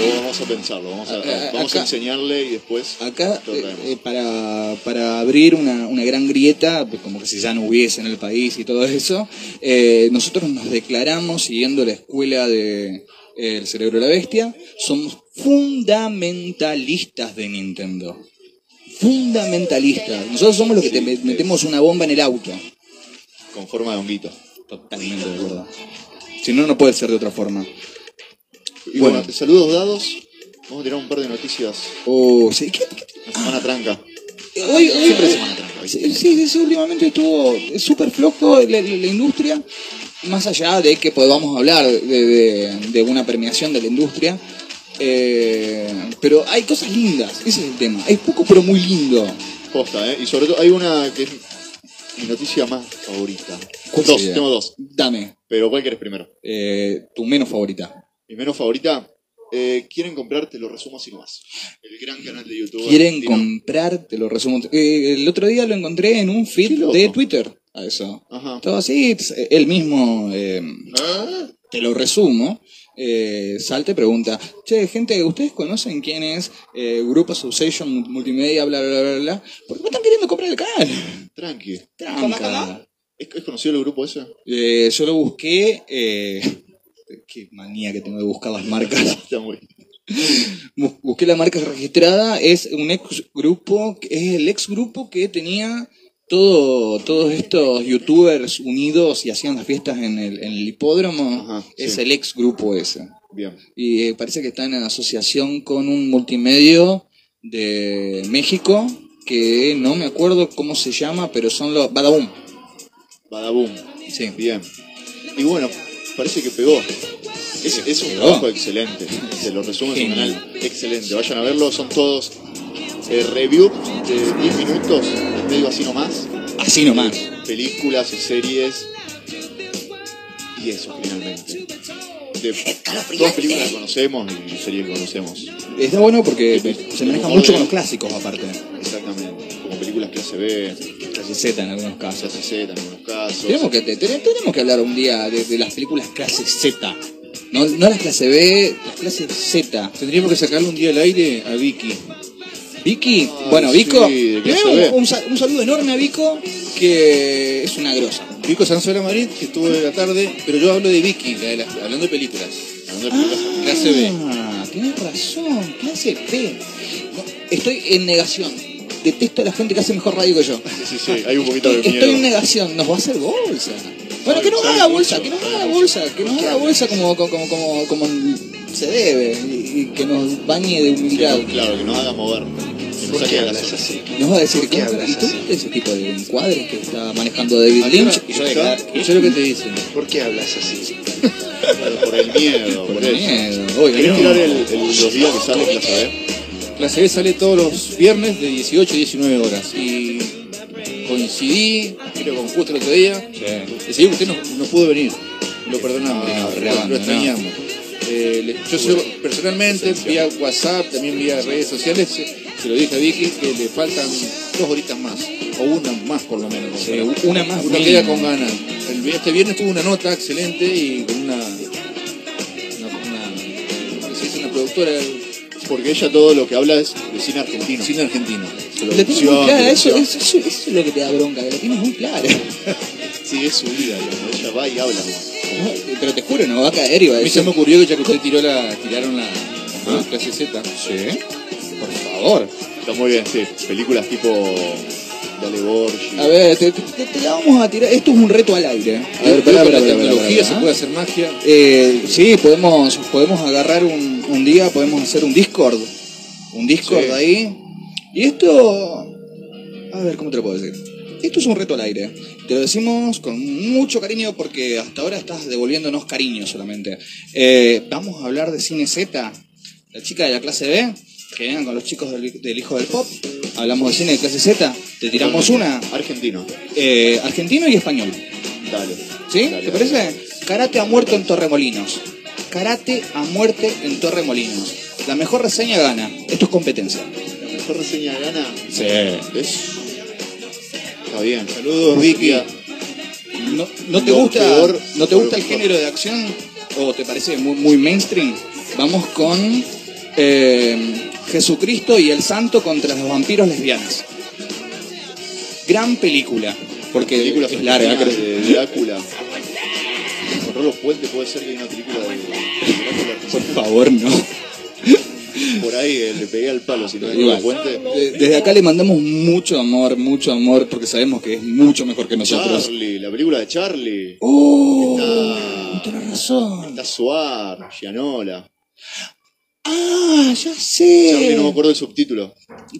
pero vamos a pensarlo, vamos a,
Acá-
vamos a
acá-
enseñarle y después.
acá,
lo
eh,
traemos.
eh, para, para abrir una, una gran grieta, pues, como que si ya no hubiese en el país y todo eso, eh, nosotros nos declaramos, siguiendo la escuela de eh, El Cerebro de la Bestia, somos fundamentalistas de Nintendo. Fundamentalistas. Nosotros somos los que te me- metemos una bomba en el auto.
Con forma de honguito.
Totalmente de acuerdo. Si no, no puede ser de otra forma.
Y bueno,
Bueno.
saludos dados. Vamos a tirar un par de noticias.
Oh, sí, ¿qué- qué-
La semana tranca.
Hoy, hoy,
Siempre se van a trancar, ¿viste?
Pues, eh, sí, sí, sí, últimamente estuvo súper flojo la, la- la industria, más allá de que podamos hablar de, de- de una premiación de la industria. eh, pero hay cosas lindas, ese es el tema. Hay poco, pero muy lindo.
Posta, ¿eh? Y sobre todo hay una que es mi noticia más favorita.
¿Cuál
Dos,
sería?
tengo dos.
Dame
Pero ¿cuál querés primero?
eh, tu menos favorita.
Mi menos favorita. eh, quieren comprarte, lo resumo así nomás. El gran canal de YouTube.
Quieren
argentino.
comprar, te lo resumo. Eh, el otro día lo encontré en un
Qué
feed
loco.
de Twitter. A eso.
Ajá.
Todo así, ps- él mismo. eh,
Ah,
te lo resumo. Eh, Salte pregunta, che, gente, ¿ustedes conocen quién es eh, Grupo Association Multimedia, bla, bla, bla, bla, bla? ¿Por qué me están queriendo comprar el canal?
Tranqui.
Tranca.
¿Es, es conocido el grupo ese?
Eh, yo lo busqué, eh, qué manía que tengo de buscar las marcas.
Está muy.
Bu- Busqué la marca registrada, es un ex grupo, que- es el ex grupo que tenía todo, todos estos youtubers unidos y hacían las fiestas en el, en el hipódromo.
Ajá,
es
sí.
el ex grupo ese.
Bien.
y eh, parece que están en asociación con un multimedio de México que no me acuerdo cómo se llama, pero son los Badaboom.
Badaboom.
Sí.
Bien. Y bueno, parece que pegó. Es, es un
Pegó.
trabajo excelente. Se lo resumo en su
Genial.
canal. Excelente. Vayan a verlo. Son todos eh, review de 10 minutos, medio así nomás.
Así nomás.
Películas y series. Y eso, finalmente. De todas películas que conocemos y series que conocemos.
Está bueno porque
Sí, sí.
se maneja mucho con los clásicos aparte.
Exactamente. Como películas que se ve,
Clase Z en algunos
se
casos.
hace Z en algunos casos.
Tenemos que, te- te- tenemos que hablar un día de, de las películas clase Z. No, no las clase B, las clases Z.
Tendríamos que sacarle un día al aire a Vicky.
Vicky, bueno, Vico,
sí, de clase
primero
B.
un, un sa- un saludo enorme a Vico, que es una grosa.
Vico Sanzola Madrid, que estuvo de la tarde, pero yo hablo de Vicky, la de las- hablando de películas.
Hablando de películas
Clase B.
Ah, tienes razón, clase B. No, estoy en negación. Detesto a la gente que hace mejor radio que yo.
Sí, sí, hay un poquito de miedo.
Estoy en negación, nos va a hacer bolsa. Bueno, que nos
Sabe
haga
mucho,
bolsa, que nos
sabe
haga
mucho.
bolsa, que nos haga bolsa como, como, como, como se debe y, y que nos bañe de
Sí,
humildad.
no, claro, que nos haga mover. Que nos
¿Por
saque
qué
de la
hablas
zona.
así?
Nos va a decir, ¿cómo,
hablas
¿y tú
así?
viste ese tipo de encuadres que está manejando David
¿A qué
Lynch?
hora?
Y yo de cara-
Y yo lo que te dicen.
¿Por qué hablas así?
Claro, por el miedo, por,
Por
eso.
miedo, obvio,
¿Querés
no.
tirar el, el- los días que sale clase B?
Clase B sale todos los viernes de 18 a 19 horas. Y coincidí, creo con justo el otro día. Decidí que usted no, no pudo venir. Lo perdonamos,
No,
lo-
re
lo,
abandonado.
extrañamos. Eh, le- yo se lo- personalmente, vía WhatsApp, también vía redes sociales, se, se lo dije a Vicky que le faltan dos horitas más, o una más por lo menos.
Sí, una más
Uno
mínimo.
queda con ganas. El- este viernes tuvo una nota excelente y con una. una, una- ¿cómo se dice? una productora del
Porque ella todo lo que habla es de cine argentino.
cine argentino.
La tienes muy
Producción,
clara, eso,
dirección.
eso, eso- eso es lo que te da bronca, que la tienes muy clara.
Sí, es su vida, digamos. Ella va y habla. ¿no?
No, Pero te juro, no va a caer y va a
A mí se
decir.
me ocurrió que ya que usted tiró la, tiraron la, la
Ah.
clase Z. Sí. Por favor.
Está muy bien, sí. Películas tipo Dale Borgi.
A ver, te, te- te- te la vamos a tirar. Esto es un reto al aire. A
Creo
ver,
que
pará,
con
pará, pará,
la
pará,
tecnología se
pará.
puede hacer magia.
Eh, sí, podemos, podemos agarrar un, un día, podemos hacer un Discord. Un Discord
Sí.
ahí. Y esto. A ver, ¿cómo te lo puedo decir? Esto es un reto al aire. Te lo decimos con mucho cariño porque hasta ahora estás devolviéndonos cariño solamente. Eh, vamos a hablar de Cine Z, la chica de la clase B, que vengan con los chicos del, del Hijo del Pop. Hablamos de cine de clase Z, te tiramos una,
Argentino.
eh, argentino y español.
Dale.
¿Sí?
Dale,
¿Te
dale.
parece? Karate a muerto en Torremolinos. Karate a muerte en Torremolinos. La mejor reseña gana. Esto es competencia.
La mejor reseña de gana
Sí.
es. Está bien.
Saludos, Vicky.
¿No, no te
Lo
gusta,
peor
¿no te
o lo
gusta el
mejor.
género de acción? ¿O te parece muy, muy mainstream? Vamos con eh, Jesucristo y el Santo contra los vampiros lesbianas. Gran película. Porque
Películas
es larga,
argentinas
creo.
de Drácula. Con Rolo Puente puede ser que hay una película de de Drácula.
Por favor, no.
por ahí eh, le pegué al palo, si no hay
Igual.
un puente.
De- Desde acá le mandamos mucho amor, mucho amor, porque sabemos que es mucho mejor que nosotros. Uh.
Charlie, la película de Charlie.
¡Oh! Tienes razón.
Está Suar, Gianola.
¡Ah! ¡Ya
Charlie, no
sé!
me acuerdo el subtítulo.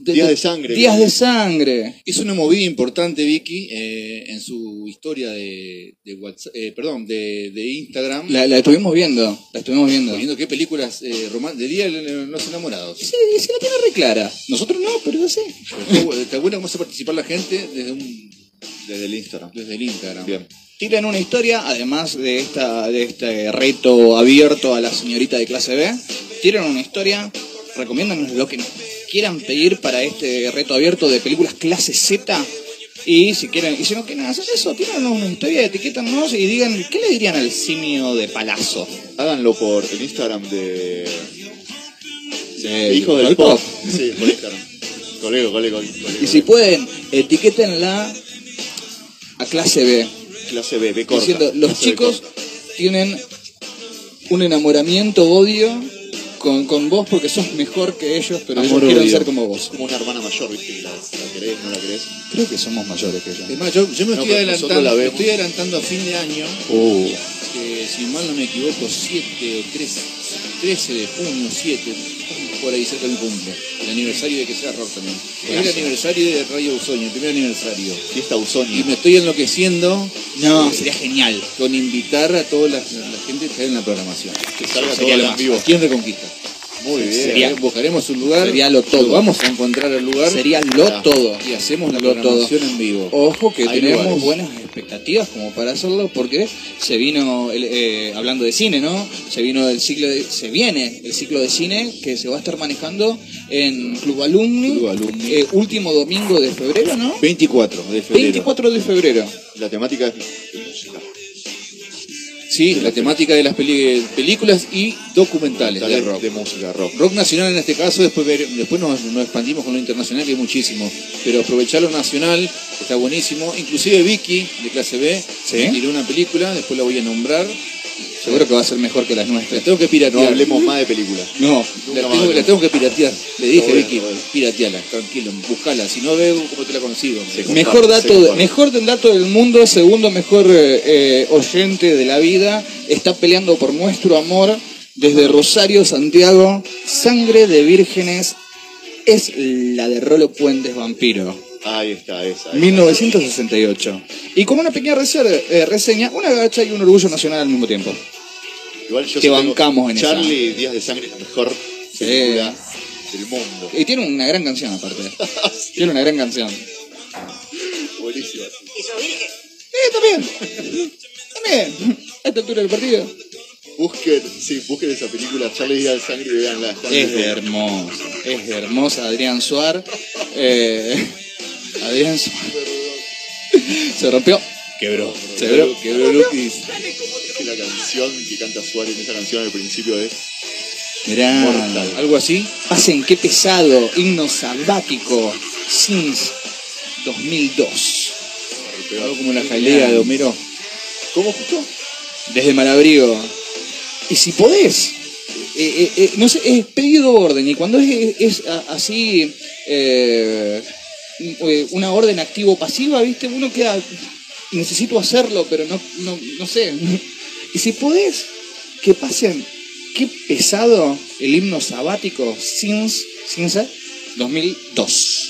Días de sangre.
Días de sangre.
Hizo una movida importante, Vicky, eh, en su historia de, de WhatsApp, eh, perdón, de, de Instagram.
La, la estuvimos viendo, la estuvimos viendo. Sí,
Poniendo qué películas eh, roman- de día de los enamorados.
sí la tiene re clara. Nosotros no, pero yo sé.
Está bu- Está bueno cómo hace participar la gente desde, un,
Desde el Instagram.
desde el Instagram.
Bien.
Tiran una historia, además de, esta, de este reto abierto a la señorita de clase B. Tiran una historia, recomiéndanos lo que nos quieran pedir para este reto abierto de películas clase Z. Y si quieren, y si no quieren hacer eso, tíranos una historia, etiquétanos y digan, ¿qué le dirían al simio de palazo?
Háganlo por el Instagram de. Hijo
¿por
del
el
Pop.
pop?
Sí, por Instagram. Colego, colego, colego.
Y si pueden, etiquétenla a clase B.
Clase B, B corta.
diciendo, los
Clase B
chicos
corta.
tienen un enamoramiento, odio con, con vos porque sos mejor que ellos, pero
Amor,
ellos quieren
odio.
ser como vos.
Como una hermana mayor, ¿viste? La, la querés, no la querés.
Creo que somos mayores que ellos.
Es más, yo, yo me
No,
estoy,
pero
adelantando,
nosotros la
me
vemos.
estoy adelantando a fin de año,
Oh,
que si mal no me equivoco, 7 o 13, 13 de junio, 7, por ahí cerca de mi cumple. El aniversario de que sea rock también. El
Gracias.
aniversario de Radio Usoño, el primer aniversario.
Fiesta
Y
Usonia.
me estoy enloqueciendo
No, sería genial.
con invitar a toda la, la gente que está en la programación.
Que salga
sería
todo
lo
en
más.
vivo.
¿Quién reconquista?
Muy bien.
Sería-
Eh, Buscaremos un lugar.
Sería lo todo.
Vamos a encontrar el lugar.
Sería lo todo.
Y hacemos la
Lo
programación en vivo.
Ojo que
Hay
tenemos
lugares.
buenas expectativas como para hacerlo porque se vino el, eh, hablando de cine, ¿no? Se vino el ciclo de- se viene el ciclo de cine que se va a estar manejando en Club Alumni,
Club Alumni.
eh, último domingo de febrero, ¿no?
24 de febrero.
24 de febrero.
La temática es.
Sí, la temática de las peli- películas y documentales de
Taller
rock.
de música rock.
Rock nacional en este caso, después, ver- después nos, nos expandimos con lo internacional, que es muchísimo. Pero aprovechar lo nacional, está buenísimo. Inclusive Vicky, de clase B,
Sí.
me tiró una película, después la voy a nombrar.
Seguro que va a ser mejor que las
La
nuestras.
tengo que
No
piratear.
hablemos más de películas.
No.
la,
Nunca
tengo,
más.
la tengo que piratear. Le dije,
Está bueno,
Vicky,
está bueno.
pirateala, tranquilo, buscala. Si no veo, ¿cómo te la consigo?
Mejor
Comparto,
dato,
sí,
de-
comparto.
mejor del dato del mundo, segundo mejor eh, eh, oyente de la vida, está peleando por nuestro amor desde Rosario, Santiago. Sangre de vírgenes es la de Rolo Puentes Vampiro,
Ahí está, esa. ahí
1968. Y como una pequeña reser- eh, reseña, una gacha y un orgullo nacional al mismo tiempo.
está. Igual
Te
yo sí tengo-
bancamos en esa.
Charlie, Días de Sangre, la mejor película del mundo.
Y tiene una gran canción aparte. Tiene una gran canción.
Buenísimo.
Eh, también. También. A esta altura del partido.
Busquen, sí, busquen esa película, Charlie Díaz de Sangre y veanla.
Es de hermoso, es de hermosa Adrián Suar. Eh, Adrián Suar. Se rompió. Quebró. Se quebró.
Quebró Lutis.
Que la canción que canta Suárez en esa canción al principio es.
Mirá.
Mortal.
Algo así.
Pasen qué pesado. Himno sabático. Sins 2002.
Algo como la jalea de Homero.
¿Cómo justo?
Desde Malabrigo. Y si podés. eh, eh, eh, no sé, es pedido orden. Y cuando es, es a- así. eh, eh, una orden activo-pasiva, ¿viste? Uno queda. Necesito hacerlo, pero no, no, no sé. Y si podés, que pasen. Qué pesado el himno sabático Sins, Sins 2002.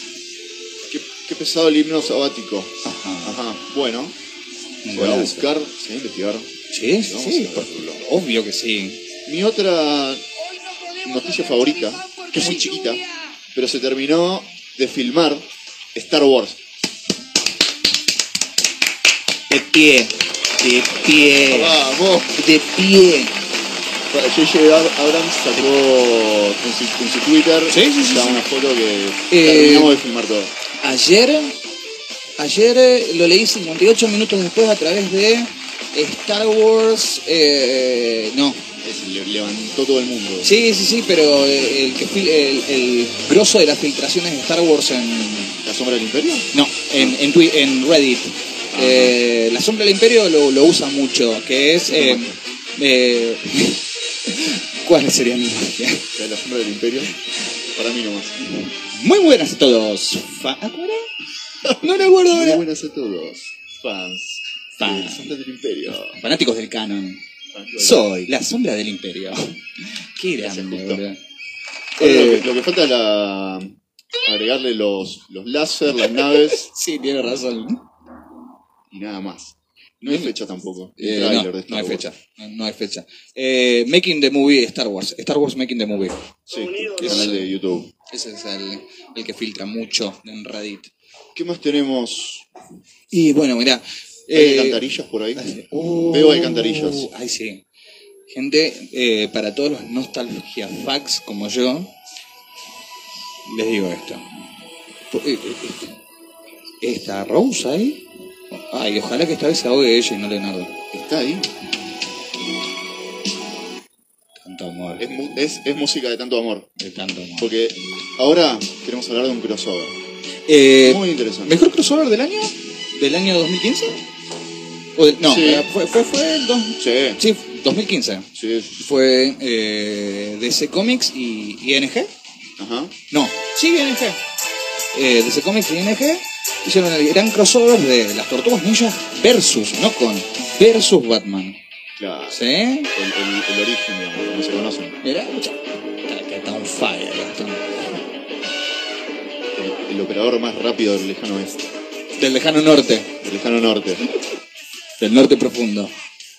Qué, qué pesado el himno sabático.
Ajá.
Ajá, bueno. Se va a
Golazo.
buscar, se va a investigar.
Sí,
Vamos
sí,
a
por-
verlo.
obvio que sí.
Mi otra noticia favorita, que es muy chiquita, pero se terminó de filmar Star Wars.
De pie, de pie,
Vamos.
de pie.
Para J.J. Ab- Abrams sacó en su, en su Twitter
Sí, sí, sí,
ya
sí.
una foto que
Eh,
terminamos de filmar todo.
Ayer, ayer eh, lo leí 58 minutos después a través de Star Wars. eh, no,
Es- le- levantó todo el mundo.
sí, sí, sí, pero eh, el, que fil- el, el grosso de las filtraciones de Star Wars en.
¿La sombra del imperio?
No, en, en, Twi- en Reddit. Eh, la sombra del imperio lo, lo usa mucho, que es. eh, eh, ¿Cuál sería mi magia?
La de la sombra del imperio. Para mí nomás.
Muy buenas a todos. Fa- ¿Ah, cómo era? No recuerdo eh.
Muy
ahora.
buenas a todos, fans. de La
Fans.
sombra del imperio.
Fanáticos del canon.
So-
Soy la sombra del imperio. Qué grande,
Gracias,
boludo.
justo. Ahora lo,
Eh,
que, lo que falta es la, agregarle los, los láser, las naves
Sí, tiene razón.
y nada más. No hay fecha tampoco. El
Eh,
tráiler
no,
de
no
Star
hay
Wars.
fecha. No, no hay fecha. Eh, making the movie Star Wars. Star Wars Making the Movie.
Sí, el canal de YouTube.
Ese es el, el que filtra mucho en Reddit.
¿Qué más tenemos?
Y bueno, mirá.
¿Hay
eh,
alcantarillas por ahí?
Oh,
Veo alcantarillas.
Ay, sí. Gente, eh, para todos los nostalgia facts como yo, les digo esto. Po- eh, eh, ¿Está Rose ahí? Ay, ojalá que esta vez se ahogue ella y no Leonardo.
Está ahí.
Tanto amor.
Es, mu- es- es música de tanto amor.
De tanto amor.
Porque ahora queremos hablar de un crossover.
Eh,
Muy interesante.
¿Mejor crossover del año? ¿Del año 2015? O del- no,
Sí.
eh, fue, fue, fue el dos-
Sí,
sí, 2015.
sí.
Fue eh, DC Comics y ING.
Ajá.
No, sí, ING. Eh, DC Comics y ING hicieron el gran crossover de las Tortugas Ninja versus, no con, versus Batman.
Claro.
¿Sí?
El, el- el origen, digamos, como se conocen.
Mirá, escuchá. Está, está on fire, Gastón.
El, el operador más rápido del lejano oeste.
Del lejano norte,
Del lejano norte.
del norte profundo.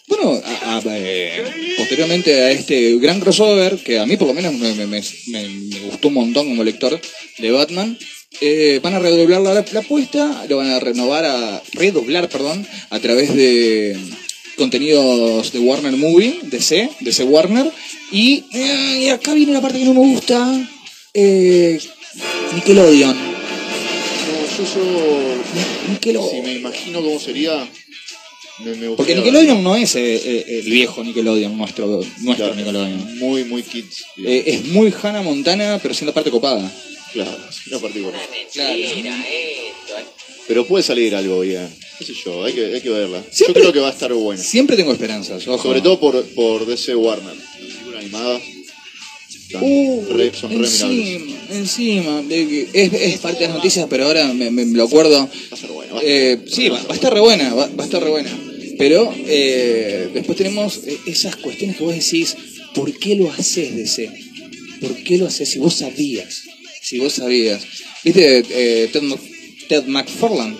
Bueno, a- a- eh, posteriormente a este gran crossover, que a mí por lo menos me, me- me- me- me gustó un montón como lector de Batman, eh, van a redoblar la, la apuesta, lo van a renovar, a redoblar, perdón, a través de mm, contenidos de Warner Movie, DC, DC Warner, y, eh, y acá viene la parte que no me gusta, eh, Nickelodeon.
No, yo, yo
Nickelodeon.
Si me imagino cómo sería, me, me gustaría.
Porque Nickelodeon no es eh, eh, el viejo Nickelodeon, nuestro, nuestro
Claro.
Nickelodeon.
Muy, muy kids.
Eh, es muy Hannah Montana, pero siendo parte copada.
Claro, es una particular.
Claro.
Pero puede salir algo bien. ¿Qué sé yo? Hay que, hay que verla.
Siempre-
Yo creo que va a estar buena.
Siempre tengo esperanzas, ojo.
Sobre todo por, por DC Warner. Las películas animadas están
Uh,
re- son re mirables.
encima, encima, de que es, es parte de las noticias, pero ahora me, me- me lo acuerdo.
Va a ser buena. va a
Eh,
estar-
sí, va, va a estar re buena, va, va a estar re buena. Pero eh, después tenemos eh, esas cuestiones que vos decís, ¿por qué lo haces DC? ¿Por qué lo haces si vos sabías? Si vos sabías. ¿Viste eh, Ted, Mc- Ted McFarlane?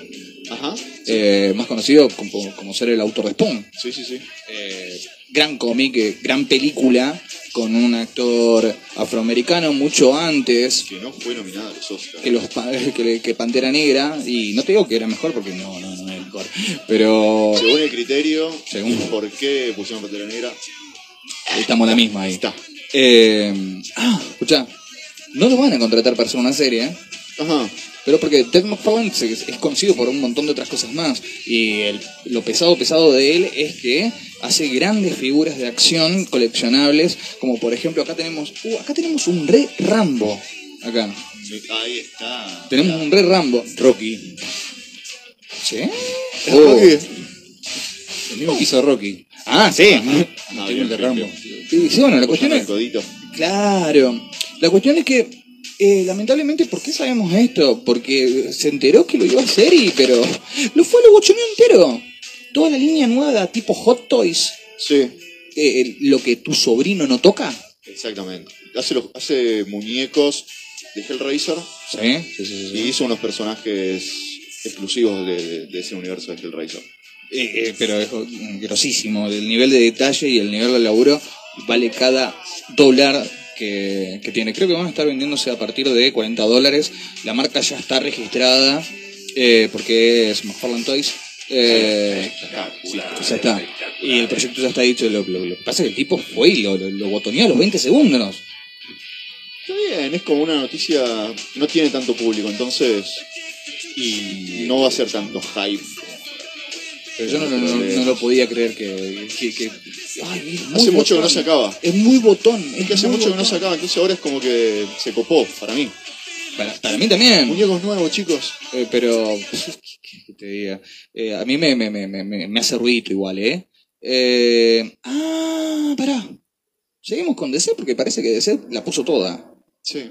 Ajá.
Eh, más conocido como, como ser el autor de Spawn.
Sí, sí, sí.
Eh, gran cómic, eh, gran película, con un actor afroamericano mucho antes
Que no fue nominada a los Oscars.
que los pa- que, le- que Pantera Negra y no te digo que era mejor porque no no no era mejor pero
Según el criterio,
Según.
¿por qué pusieron Pantera Negra?
estamos la misma ahí
Está.
Eh, ah escucha no lo van a contratar para hacer una serie ¿eh?
Ajá.
pero porque Ted McFarlane se- es conocido por un montón de otras cosas más y el- lo pesado pesado de él es que hace grandes figuras de acción coleccionables como por ejemplo acá tenemos uh, acá tenemos un re Rambo acá
Ahí está.
tenemos un re Rambo Rocky ¿Sí? Oh.
Rocky.
El mismo que hizo Rocky. Ah, sí.
Ah,
Tengo el de
bien,
Rambo.
bien.
Sí, sí, bueno, la cuestión
Apoyan
es.
al codito.
Claro. La cuestión es que. eh, lamentablemente, ¿por qué sabemos esto? Porque se enteró que lo iba a hacer y. Pero. Lo fue, lo bochoneó entero. Toda la línea nueva, tipo Hot Toys.
Sí.
eh, el- lo que tu sobrino no toca.
Exactamente. Hace, los, hace muñecos de Hellraiser
Sí, sí, sí.
y hizo unos personajes exclusivos de, de- de ese universo de Hellraiser.
Eh, eh, pero es mm, grosísimo. El nivel de detalle y el nivel de laburo vale cada dólar que, que tiene. Creo que van a estar vendiéndose a partir de 40 dólares. La marca ya está registrada eh, porque es McFarlane Toys. Eh, ya está. Y el proyecto ya está dicho. Lo, lo- lo que pasa es que el tipo fue y lo, lo, lo botoneó a los 20 segundos.
Está bien, es como una noticia. No tiene tanto público, entonces. Y no va a ser tanto hype.
Pero yo no, no- no- no lo podía creer que... que- que- Ay, es muy
Hace mucho que no
botón.
se acaba.
Es muy botón.
Es que hace
muy
mucho que no se
botón.
acaba, entonces ahora es como que se copó para mí.
Para, para mí también.
Muñecos nuevos, chicos.
Eh, pero, ¿qué, qué te diga? Eh, a mí me, me, me, me, me hace ruido igual, ¿eh? eh ah, pará. Seguimos con DC porque parece que DC la puso toda.
Sí.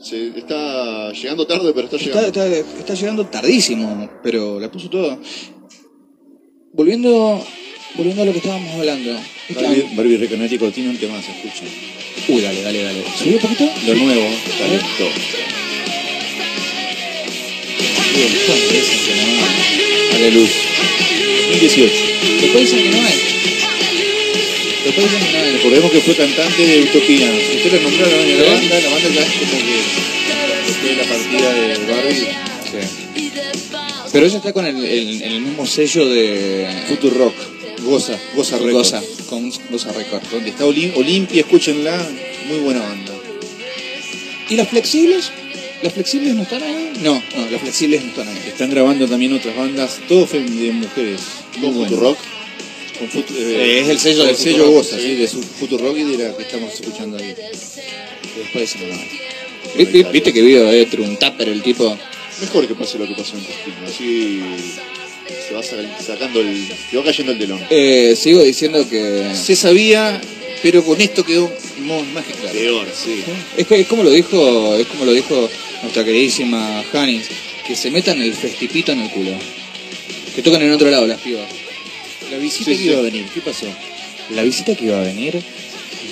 Se está llegando tarde, pero está
Está,
llegando.
está- está llegando tardísimo, pero la puso toda. Volviendo, volviendo a lo que estábamos hablando. Esta-
Barbie, Barbie Reconético tiene un tema, se escucha.
Uy, dale, dale, dale. ¿Subí un poquito?
Lo nuevo, está listo.
Bien, entonces, que no.
Dale luz.
Eh.
2018.
Después dicen que no hay. Después dicen que no hay.
Recordemos que fue cantante de Utopía. Usted la nombraron en la banda, la banda ya es como que después de la partida de Barbie,
Pero ella está con el, el- el mismo sello de
Future Rock. Goza, Goza Records.
Goza, con Goza Record.
Donde está Olim- Olimpia, escúchenla, muy buena banda.
¿Y las flexibles? ¿Las flexibles no están ahí? No, no, las flexibles no están ahí.
Están grabando también otras bandas, todo fem- de mujeres.
Con
Muy bueno.
Futurock.
Con Futu-
Eh, es el sello
con
de
sello
Futurock.
Goza, sí, de su Futurock y de la que estamos escuchando ahí.
Después dicen que no hay. Vi- vi- ¿Viste que vive adentro un tupper el tipo?
Mejor que pase lo que pasó en Cosquín. Así se va sa- sacando el. Se va cayendo el telón.
Eh, sigo diciendo que...
Se sabía, pero con esto quedó mo- más que claro.
Peor, sí.
Es que es como lo dijo, es como lo dijo nuestra queridísima Hannis, que se metan el festipito en el culo. Que tocan en otro lado las pibas. La visita
Sí,
que
sí.
iba a venir, ¿qué pasó? La visita que iba a venir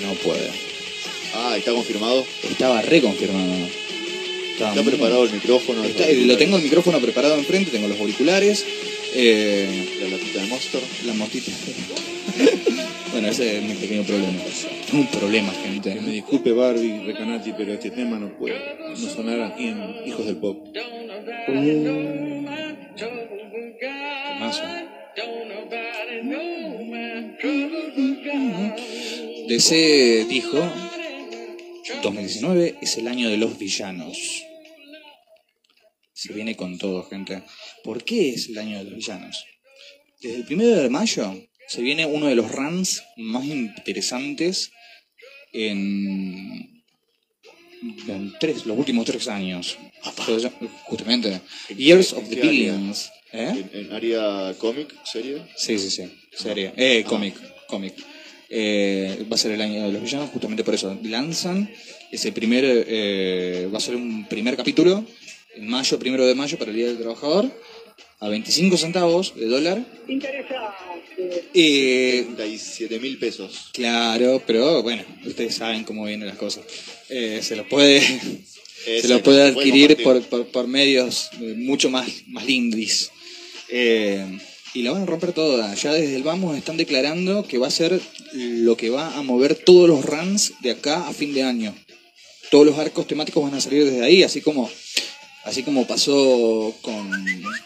no puede.
Ah, está confirmado.
Estaba reconfirmado. Estaba
Está
muy-
preparado el micrófono.
Está- lo tengo el micrófono preparado enfrente, tengo los auriculares, eh,
La latita de Monster.
la motita. bueno, ese es mi pequeño problema. Un problema, gente.
Me disculpe Barbie, Recanati, pero este tema no puede no sonar aquí en Hijos del Pop.
Temazo. DC dijo, 2019 es el año de los villanos. Se viene con todo, gente. ¿Por qué es el año de los villanos? Desde el primero de mayo se viene uno de los runs más interesantes en, en tres, los últimos tres años. Justamente. Years of the
¿En qué área?
Billions. ¿Eh?
En, en área cómic, serie.
Sí, sí, sí. Serie. Eh, cómic. Cómic. Eh, va a ser el año de los villanos, justamente por eso. Lanzan ese primer. eh, va a ser un primer capítulo. En mayo, primero de mayo, para el Día del Trabajador. A 25 centavos de dólar. Eh,
37 mil pesos.
claro, pero bueno, ustedes saben cómo vienen las cosas. Eh, se los puede. se
Exacto,
los puede
se puede
adquirir por,
compartir.
por- por medios eh, mucho más, más lindis. Eh, y la van a romper toda. Ya desde el Vamos están declarando que va a ser lo que va a mover todos los runs de acá a fin de año. Todos los arcos temáticos van a salir desde ahí, así como, así como pasó con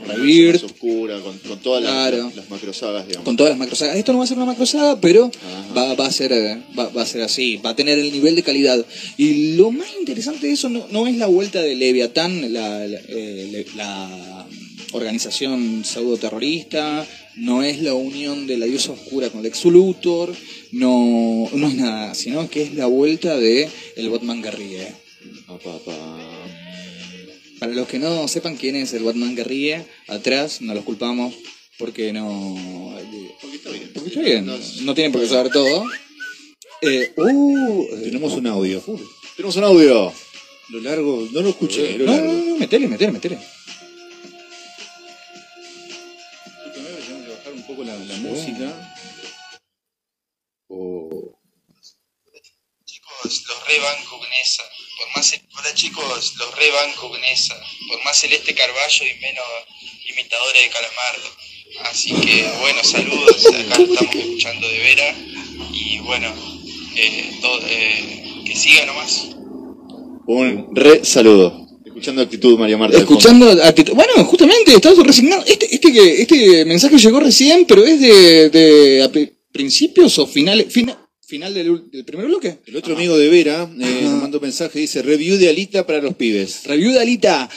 Rebirth,
Más oscura, con, con todas las,
Claro.
las macrosagas, digamos.
con todas las macrosagas. Esto no va a ser una macrosaga, pero
Ajá.
va, va a ser, eh, va, va a ser así, va a tener el nivel de calidad. Y lo más interesante de eso no, no es la vuelta de Leviatán, la, la- eh, le- la organización pseudo-terrorista, no es la unión de la diosa oscura con Lex Luthor, no, no es nada, sino que es la vuelta de el Batman Garrigue.
Ah, pa, pa.
Para los que no sepan quién es el Batman que ríe, atrás no los culpamos porque no.
Porque está bien.
Porque está bien,
No,
no tienen por qué saber todo. Eh, uh, eh,
Tenemos un audio.
Tenemos un audio.
Lo largo, no lo escuché, lo
Eh, no, no,
largo.
no, metele, metele, metele.
Tenemos que bajar un poco la, la música.
Chicos, los rebanco con esa. Por más ce- hola chicos, los rebanco con esa. Por más celeste Carballo y menos imitadores de Calamardo. Así que bueno, saludos, acá lo estamos escuchando de vera. Y bueno, eh, todo- eh, que siga nomás.
Un re saludo. Escuchando actitud, María Marta. de fondo.
Escuchando actitud- Bueno, justamente, estás resignado. Este, este, que, este mensaje llegó recién, pero es de, de a pri- principios o finales. fina- final del, ul- del primer bloque.
El otro amigo de Vera eh, nos mandó un mensaje, dice review de Alita para los pibes.
Review de Alita.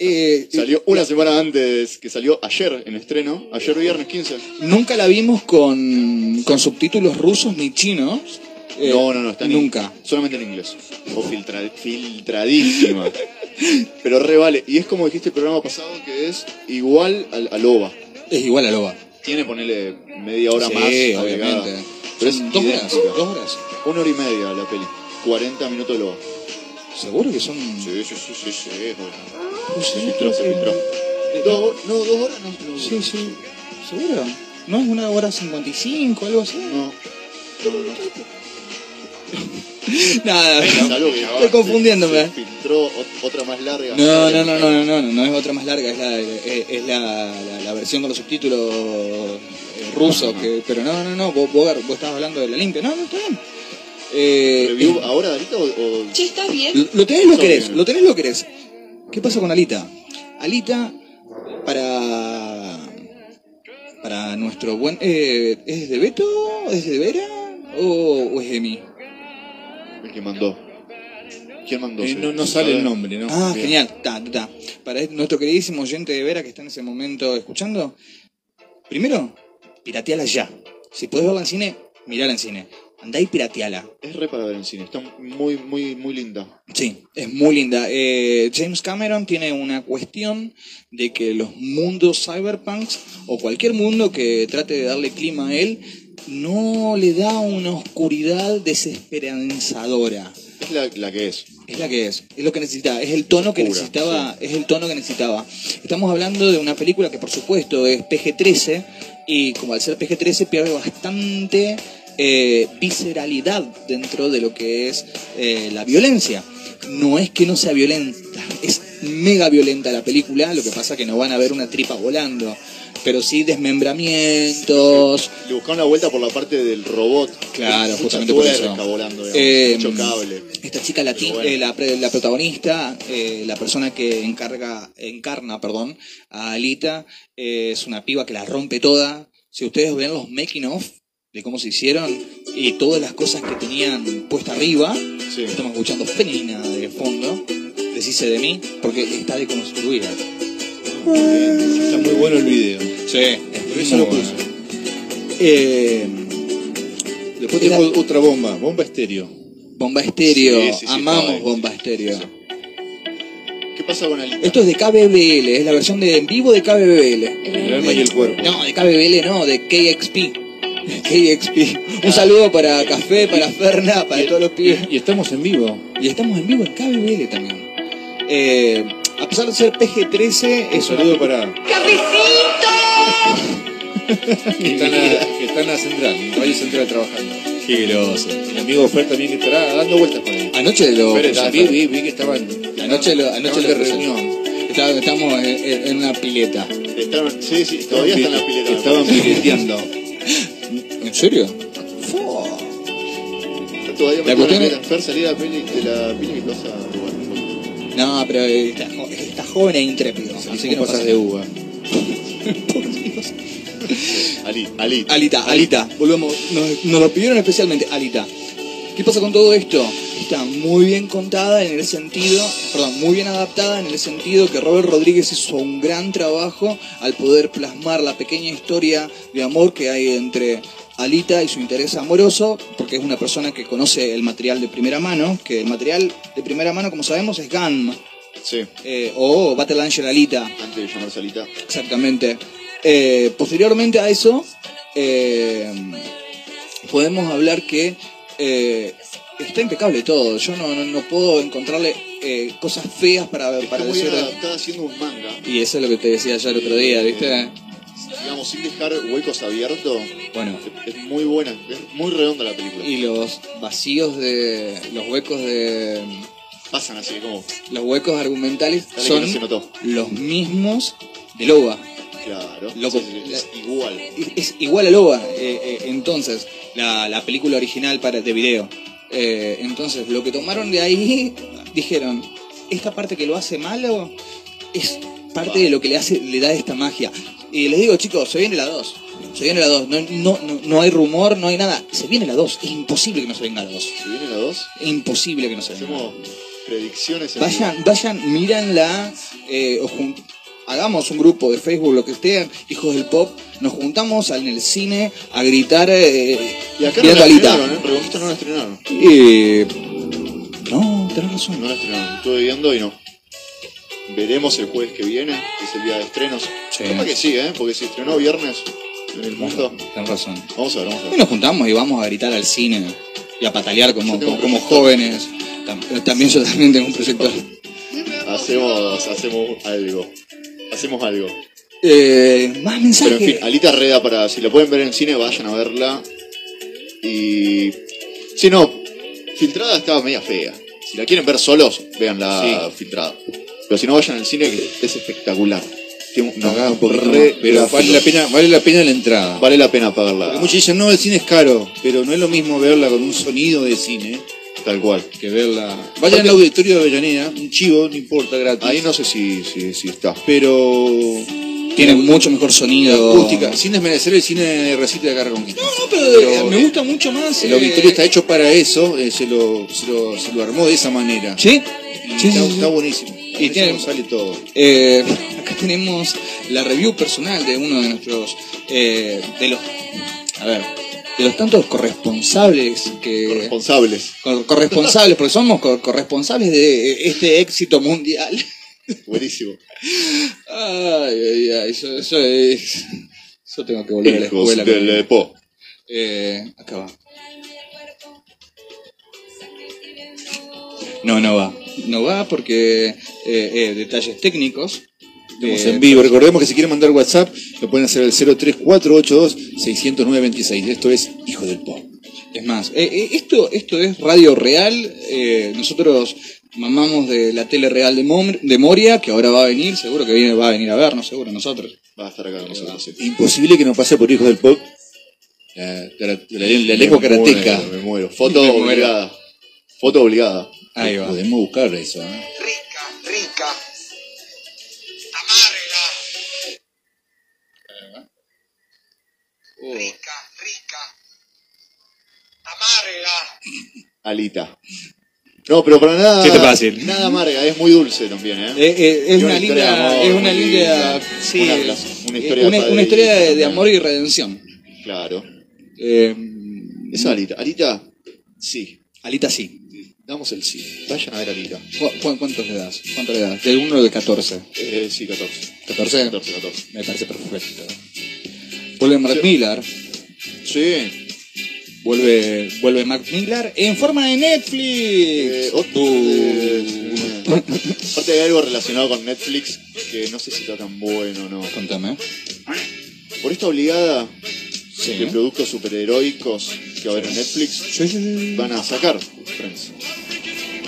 Eh,
Salió una semana antes, que salió ayer en estreno, ayer viernes 15.
Nunca la vimos con, con subtítulos rusos ni chinos. Eh,
no, no, no, está en-
Nunca.
solamente en inglés. O filtra- filtradísima. Pero re vale. Y es como dijiste el programa pasado, que es igual al, al OVA.
Es igual a Loba.
Tiene, ponele, media hora
Sí,
más. agregada.
obviamente.
Pero es
Dos horas,
idéntica.
dos horas.
Una hora y media la peli. 40 minutos de lobo.
Seguro que son.
Sí, sí, sí, sí, sí. bueno.
No
Uh, Se
sé,
filtró, se filtró. Dos, hor- no, dos horas no. no.
Sí, sí. ¿Seguro? ¿No es una hora 55 algo así?
No.
Nada,
Es algo que-
Estoy confundiéndome.
Se filtró ot- otra más larga.
No, no, no, no, no, no, no, no es otra más larga, es la, eh, es la, la- la versión con los subtítulos eh, rusos,
Ah.
que, pero no, no, no, vos, vos, vos estabas hablando de la limpia, no, no, está bien. Eh,
¿Review ahora, ahorita o, o-
Che, ¿estás bien?
lo- lo tenés, lo
Está
querés,
bien.
lo tenés, lo querés. ¿Qué pasa con Alita? Alita, para, para nuestro buen... eh, ¿Es de Beto? ¿Es de Vera? ¿O, o es de mí?
el que mandó? ¿Quién mandó?
Eh,
Sí.
no, no
A
sale
ver.
el nombre, ¿no?
Ah,
Bien.
genial. Ta, ta, ta. Para es- nuestro queridísimo oyente de Vera que está en ese momento escuchando, primero, pirateala ya. Si podés verla en cine, mirala en cine. Andá y pirateala.
Es re para ver en cine. Está muy, muy, muy linda.
Sí, es muy linda. Eh, James Cameron tiene una cuestión de que los mundos cyberpunks o cualquier mundo que trate de darle clima a él no le da una oscuridad desesperanzadora.
Es la, la que es.
Es la que es, es lo que necesitaba, es el tono que
Oscura,
necesitaba, es el tono que necesitaba. Estamos hablando de una película que por supuesto es PG-13 y como al ser PG-13 pierde bastante eh, visceralidad dentro de lo que es eh, la violencia. No es que no sea violenta, es mega violenta la película, lo que pasa que no van a ver una tripa volando, pero sí desmembramientos,
Le buscaron la vuelta por la parte del robot.
Claro,
Mucha
justamente por
tuerca
eso.
volando, digamos.
Eh,
Mucho cable.
Esta chica latina,
Pero bueno.
la, pre- la protagonista, eh, la persona que encarga, encarna, perdón, a Alita, eh, es una piba que la rompe toda. Si ustedes ven los making of de cómo se hicieron y todas las cosas que tenían puesta arriba,
Sí.
estamos escuchando Felina de fondo, deshice de mí, porque está deconstruida.
Está muy bueno el video.
Sí,
Por eso lo puse.
Eh,
Después
Era-
tengo otra bomba, bomba estéreo.
bomba estéreo,
Sí, sí, sí,
amamos
está bien.
bomba estéreo.
¿Qué pasa con Alita?
Esto es de KBBL, es la versión de en vivo de KBBL.
El alma y el cuerpo.
No, de KBBL no, de KXP. KXP. Un saludo para Café, para Ferna, para todos los pibes.
Y estamos en vivo.
Y estamos en vivo en KBBL también. Eh, a pesar de ser PG-13,
Un
es una-
saludo para. Que están, a, que están a Central, en Radio Central trabajando. Qué groso. Mi amigo Fer también que estará dando vueltas por ahí.
Anoche lo...
Fer, está- vi, vi, vi que estaban.
Anoche lo- anoche
estaban de
lo-
reunión.
Está- Estamos en- en en una pileta.
Estaban- sí, sí, todavía están en la pileta. me
Estaban
parece.
piqueteando.
¿En serio?
Está Todavía
La
me
cuestión
acuerdo que Fer salía de la peli de la peli y pasa a lugar.
No, pero eh, está, jo- está joven e intrépido. Así que no pasa
pasas de uva.
Por Dios.
Ali, Ali.
Alita, Alita, volvemos. Nos, nos lo pidieron especialmente, Alita. ¿Qué pasa con todo esto? Está muy bien contada en el sentido, perdón, muy bien adaptada en el sentido que Robert Rodríguez hizo un gran trabajo al poder plasmar la pequeña historia de amor que hay entre Alita y su interés amoroso, porque es una persona que conoce el material de primera mano, que el material de primera mano, como sabemos, es GAN
Sí,
eh, o Battle Angel Alita.
antes de llamarse Alita.
Exactamente. Eh, posteriormente a eso, eh, podemos hablar que eh, está impecable todo. Yo no, no, no puedo encontrarle eh, cosas feas para,
Está
para
muy bien
decir.
adaptada haciendo un manga.
Y eso es lo que te decía ya el otro día,
Eh,
¿viste?
Digamos, sin dejar huecos abiertos.
Bueno,
Es muy buena, es muy redonda la película.
y los vacíos de. los huecos de.
pasan así como.
los huecos argumentales
Dale que
son
no se notó.
los mismos de Loba.
Claro.
Loco.
Sí, sí, sí, es igual.
es igual a Loba, eh, eh, entonces, la, la película original para, de video. Eh, entonces, lo que tomaron de ahí, dijeron, esta parte que lo hace malo es parte de lo que le hace le da esta magia. Y les digo, chicos, se viene la 2. Se viene la 2. No, no, no, no hay rumor, no hay nada. Se viene la 2. Es imposible que no se venga la 2.
Si vienen las dos,
Es imposible que no se venga la 2.
hacemos predicciones en
Vayan, vayan, míranla, eh, o jun- hagamos un grupo de Facebook, lo que estén, hijos del pop, nos juntamos en el cine a gritar eh,
Y acá no
viendo
la
Alita.
estrenaron, ¿eh? Reconquista no la estrenaron.
Eh, no, tenés razón.
No la estrenaron. Estuve viendo y no. Veremos el jueves que viene, que es el día de estrenos.
Sí.
Capaz que sí, ¿eh? Porque si estrenó viernes, en el mundo.
Tenés razón.
Vamos a ver, vamos a
Y
ver.
nos juntamos y vamos a gritar al cine y a patalear como,
Yo tengo
como,
un
como
proyector.
jóvenes. Tam- pero También yo también tengo un proyector.
Hacemos, hacemos algo. Hacemos algo.
Eh, más
Pero en
mensajes.
fin, Alita Reda, para si la pueden ver en cine, vayan a verla. Y. Si no, filtrada estaba media fea. Si la quieren ver solos, véanla filtrada. Pero si no, vayan al cine, que es espectacular. Tiene un-
Pagá un poquito
re-
más, pero
gráfico.
vale la, pena, vale la pena la entrada.
Vale la pena pagarla.
Porque muchos dicen, no, el cine es caro, pero no es lo mismo verla con un sonido de cine
Tal cual.
que verla... Vayan al auditorio de Avellaneda, un chivo, no importa, gratis.
Ahí no sé si, si, si está.
Pero...
Tiene mucho mejor sonido.
Acústica, sin desmerecer el cine de Recita de Carga Conquista.
No, pero, eh, me gusta mucho más.
El
eh,
auditorio está hecho para eso, eh, se, lo, se, lo, se lo armó de esa manera.
¿Sí? Sí,
Y
sí,
está,
sí.
está buenísimo. Y
tiene-
sale todo.
Eh, acá tenemos la review personal de uno de nuestros. eh, de los. A ver. De los tantos corresponsables que.
Responsables.
cor- corresponsables, porque somos cor- corresponsables de eh, este éxito mundial.
Buenísimo.
Ay, ay, ay, yo, yo es. Yo tengo que volver a la
Hijos
escuela.
del
con-
eh, Po.
Eh, acá va. No, no va. No va porque eh, eh, detalles técnicos.
Estamos
Eh,
en vivo. Recordemos que si quieren mandar WhatsApp, lo pueden hacer al 03482-609-26. Esto es Hijo del Pop.
Es más, eh, eh, esto, esto es radio real. eh, nosotros mamamos de la tele real de, Mom- de Moria, que ahora va a venir, seguro que viene, va a venir a vernos, seguro nosotros.
Va a estar acá con nosotros. sí.
Imposible que no pase por Hijo del Pop la, cara- la- la lengua
Me muero,
karateca.
Me muero. Foto
Me muero.
obligada. Foto obligada.
Ahí va.
Podemos buscar eso. ¿eh?
Rica, rica. Amarga. Rica, rica. Amarga.
Alita. No, pero para nada.
Sí, está fácil.
Nada amarga, es muy dulce también, ¿eh?
Eh, eh, es,
Y
una
historia de
linda,
amor,
es una
muy
linda,
linda.
sí,
Una
es-
plaza- una
eh,
historia
una-
de
una historia de, de
también.
amor y redención.
Claro.
Eh,
Es Alita. Alita, sí.
Alita sí.
Damos el sí. Vayan a ver Alita.
¿Cu- cu- ¿Cuántos le das? ¿Cuánto le das? Del 1 al 14.
Eh, sí, 14.
14.
14, 14.
Me parece perfecto. Vuelve Mark Millar.
Sí.
Vuelve, vuelve Mark Millar en forma de Netflix. Uh.
Eh, otro. eh, Aparte hay algo relacionado con Netflix que no sé si está tan bueno o no.
Contame.
Por esta obligada
Sí.
de productos superheroicos que va a haber en Netflix,
Sí, sí, sí.
van a sacar Friends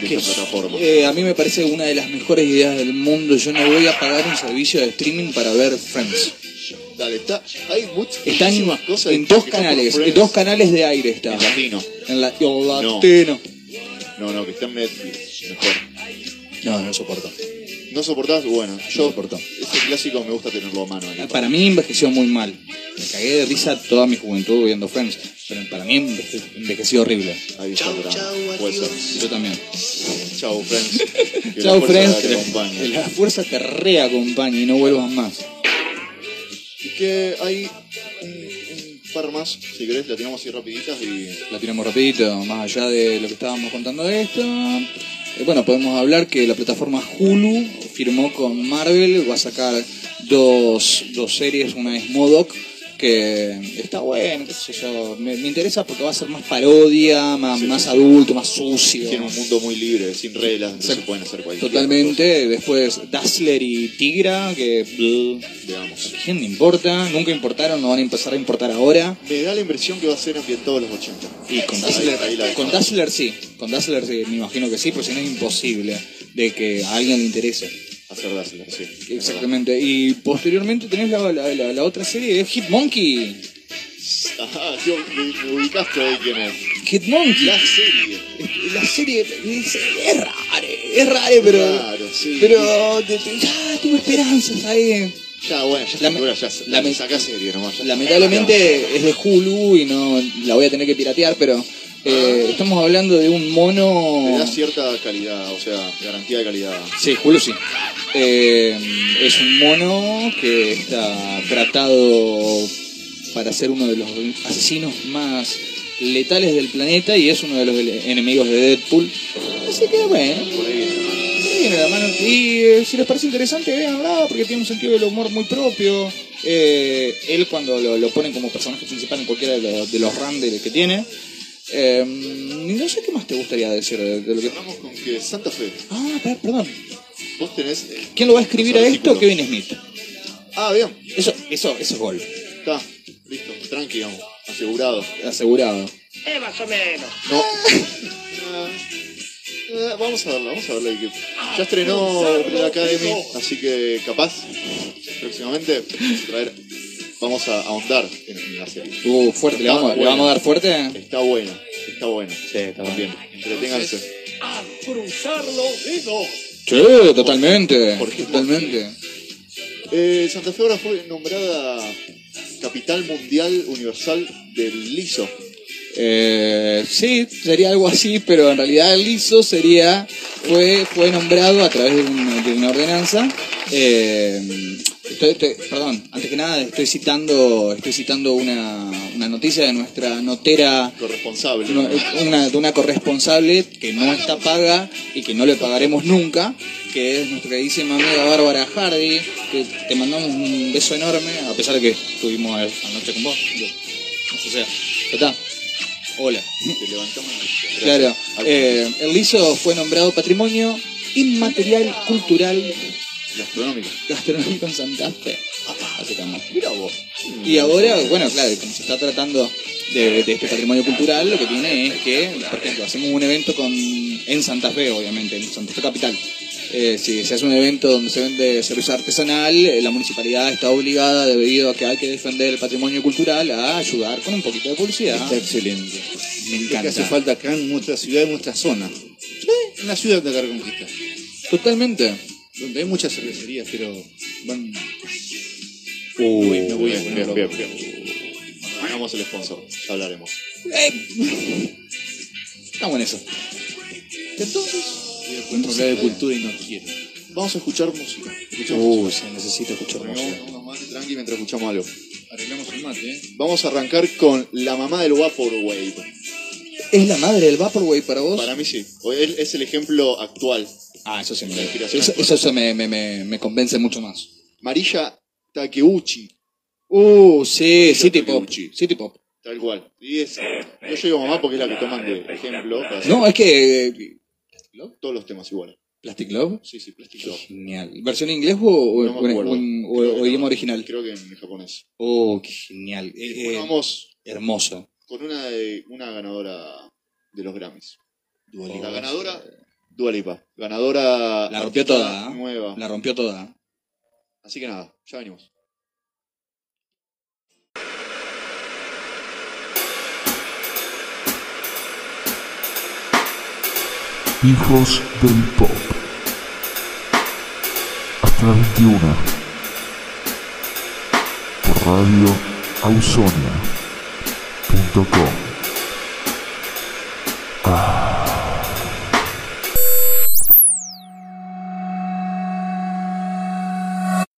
de esta plataforma.
Eh, a mí me parece una de las mejores ideas del mundo. Yo no voy a pagar un servicio de streaming para ver Friends.
Dale, está, hay muchas
Están en,
muchísimas cosas.
en dos
que están
canales,
por
en
Friends.
dos canales de aire está.
En latino.
En la, oh, o
No.
latino.
No, no, que está en Netflix. Mejor.
No, no lo soporto.
¿No soportás? Bueno, yo
soporto. Ah,
Ese clásico me gusta tenerlo a mano. ahí.
Para mí envejeció muy mal. Me cagué de risa toda mi juventud viendo Friends, pero para mí enveje- envejeció horrible.
Ahí está, pero puede ser.
Yo también.
Chau, Friends. Que la
Chao,
fuerza
Friends.
te
que-
acompañe.
Que la fuerza te reacompañe y no vuelvas más.
Y que hay un, un par más, si querés, la tiramos así rapiditas y...
La tiramos rapidito, más allá de lo que estábamos contando de esto. Eh, bueno, podemos hablar que la plataforma Hulu firmó con Marvel, va a sacar dos, dos series, una es MODOK, que está bueno, qué sé yo, me, me interesa porque va a ser más parodia, más,
Sí,
más
sí, sí.
adulto, más sucio.
Tiene un mundo muy libre, sin reglas, no se
Exacto.
pueden hacer cualquier
Totalmente, después Dazzler y Tigra, que bleh,
cosa, Digamos.
¿a quién le importa, nunca importaron, no van a empezar a importar ahora.
Me da la impresión que va a ser ambientado a los 80.
Y con
Ahí-
Dazzler,
ahí la-
con Dazzler sí, con Dazzler sí, me imagino que sí, porque si no es imposible de que a alguien le interese.
Hacer Dazzler, sí. es
Exactamente. Y posteriormente tenés la, la- la- la otra serie, es Hitmonkey.
verdad. Ajá, Ah, tío, me, me ubicaste ahí quién es.
Hitmonkey.
La
La,
serie.
la serie es, es rara, es rara, pero...
Claro, sí.
Pero te- te- ya tengo esperanzas ahí.
Ya, bueno, ya,
Lame-
ahora ya,
lame-
la sacás serie nomás. ya.
Lamentablemente es de Hulu y no la voy a tener que piratear, pero eh, estamos hablando de un
Le
mono...
da cierta calidad, o sea, garantía de calidad.
Sí, Julio sí. Eh, es un mono que está tratado para ser uno de los asesinos más letales del planeta y es uno de los ele- enemigos de Deadpool. Así que bueno,
Por ahí viene.
ahí viene la mano. Y eh, si les parece interesante, véanla porque tiene un sentido del humor muy propio. Eh, él cuando lo, lo ponen como personaje principal en cualquiera de los, de los randers que tiene. Eh, no sé qué más te gustaría decir de, de lo que...
Cerramos con que Santa Fe,
Ah, per- perdón.
vos tenés. eh,
¿Quién lo va a escribir
los
a esto?
artículos.
Kevin Smith.
Ah, bien,
Eso, eso, eso es gol.
está, listo, tranqui, digamos, asegurado.
Asegurado.
Eh, más o menos.
No. Eh, Vamos a verla, vamos a verla. y que- Ya estrenó Umbrella Academy, así que capaz, próximamente, vamos a traer- vamos a ahondar en, en la serie.
Uh, fuerte, le vamos, le vamos a dar fuerte.
Está buena, está buena. Sí,
está
bien. Entreténganse.
Sí, totalmente.
Por ejemplo,
Totalmente.
Eh, Santa Fe ahora fue nombrada capital mundial universal del liso.
Eh, sí, sería algo así, pero en realidad el ISO sería, fue, fue nombrado a través de, un- de una ordenanza. Eh, estoy- estoy- perdón, antes que nada estoy citando, estoy citando una, una noticia de nuestra notera
Corresponsable.
No, es una, de una corresponsable que no está paga y que no le pagaremos nunca, que es nuestra queridísima amiga Bárbara Hardy, que te mandamos un beso enorme, a pesar de que estuvimos anoche con vos. digo, O sea, ya está. Hola.
Te levantamos la vista.
Claro.
Gracias.
eh, el liso fue nombrado Patrimonio Inmaterial Cultural
Gastronómico.
Gastronómico en Santa Fe. Así que vamos.
Mira vos.
Y ahora, bueno, claro, como se está tratando de, de este patrimonio cultural, lo que tiene es que, por ejemplo, hacemos un evento con, en Santa Fe, obviamente, en Santa Fe Capital. Eh, si se hace un evento donde se vende cerveza artesanal, eh, la municipalidad está obligada, debido a que hay que defender el patrimonio cultural, a ayudar con un poquito de publicidad.
Está excelente.
Me
Lo que hace
encanta.
falta acá en nuestra ciudad, en nuestra zona. En la ciudad de la Reconquista.
Totalmente.
Donde hay muchas cervecerías, pero van.
Uy,
me voy a
bien,
poner
bien,
loco.
bien, bien. Bueno, Hagamos el sponsor, ya hablaremos.
Está bueno Eh. eso.
Podemos hablar de cultura y no quiero.
Vamos a escuchar música. Escuchamos
Uh, se necesita escuchar
música.
música.
Tomemos unos mates tranqui mientras escuchamos algo.
Arreglamos el mate, ¿eh?
Vamos a arrancar con La mamá del Vaporwave.
¿Es la madre del Vaporwave para vos?
Para mí sí. O- él es el ejemplo actual.
Ah, eso sí me,
La inspiración
eso,
actual.
eso- eso me- me- me- me convence mucho más.
Marilla Takeuchi,
Uh, sí, City Pop.
Takeuchi.
City Pop.
tal cual. Y es, yo digo mamá porque es la que toman de ejemplo para hacer
No, es que. eh,
todos los temas iguales.
¿Plastic Love?
Sí, sí, plástico.
Genial. ¿Versión en inglés o, o,
No me
o-
acuerdo.
o- o-
Creo que
o
no.
idioma original?
Creo que en japonés.
Oh, qué genial. Eh,
Bueno,
eh,
vamos
hermoso.
con una, de, una ganadora de los Grammys.
Lipa.
La ganadora, Dua Lipa. Ganadora
La rompió
artista
toda, ¿eh?
nueva.
La rompió toda.
Así que nada, ya venimos.
Hijos del Pop. Hasta la 21. Por radio Ausonia.com. Ah.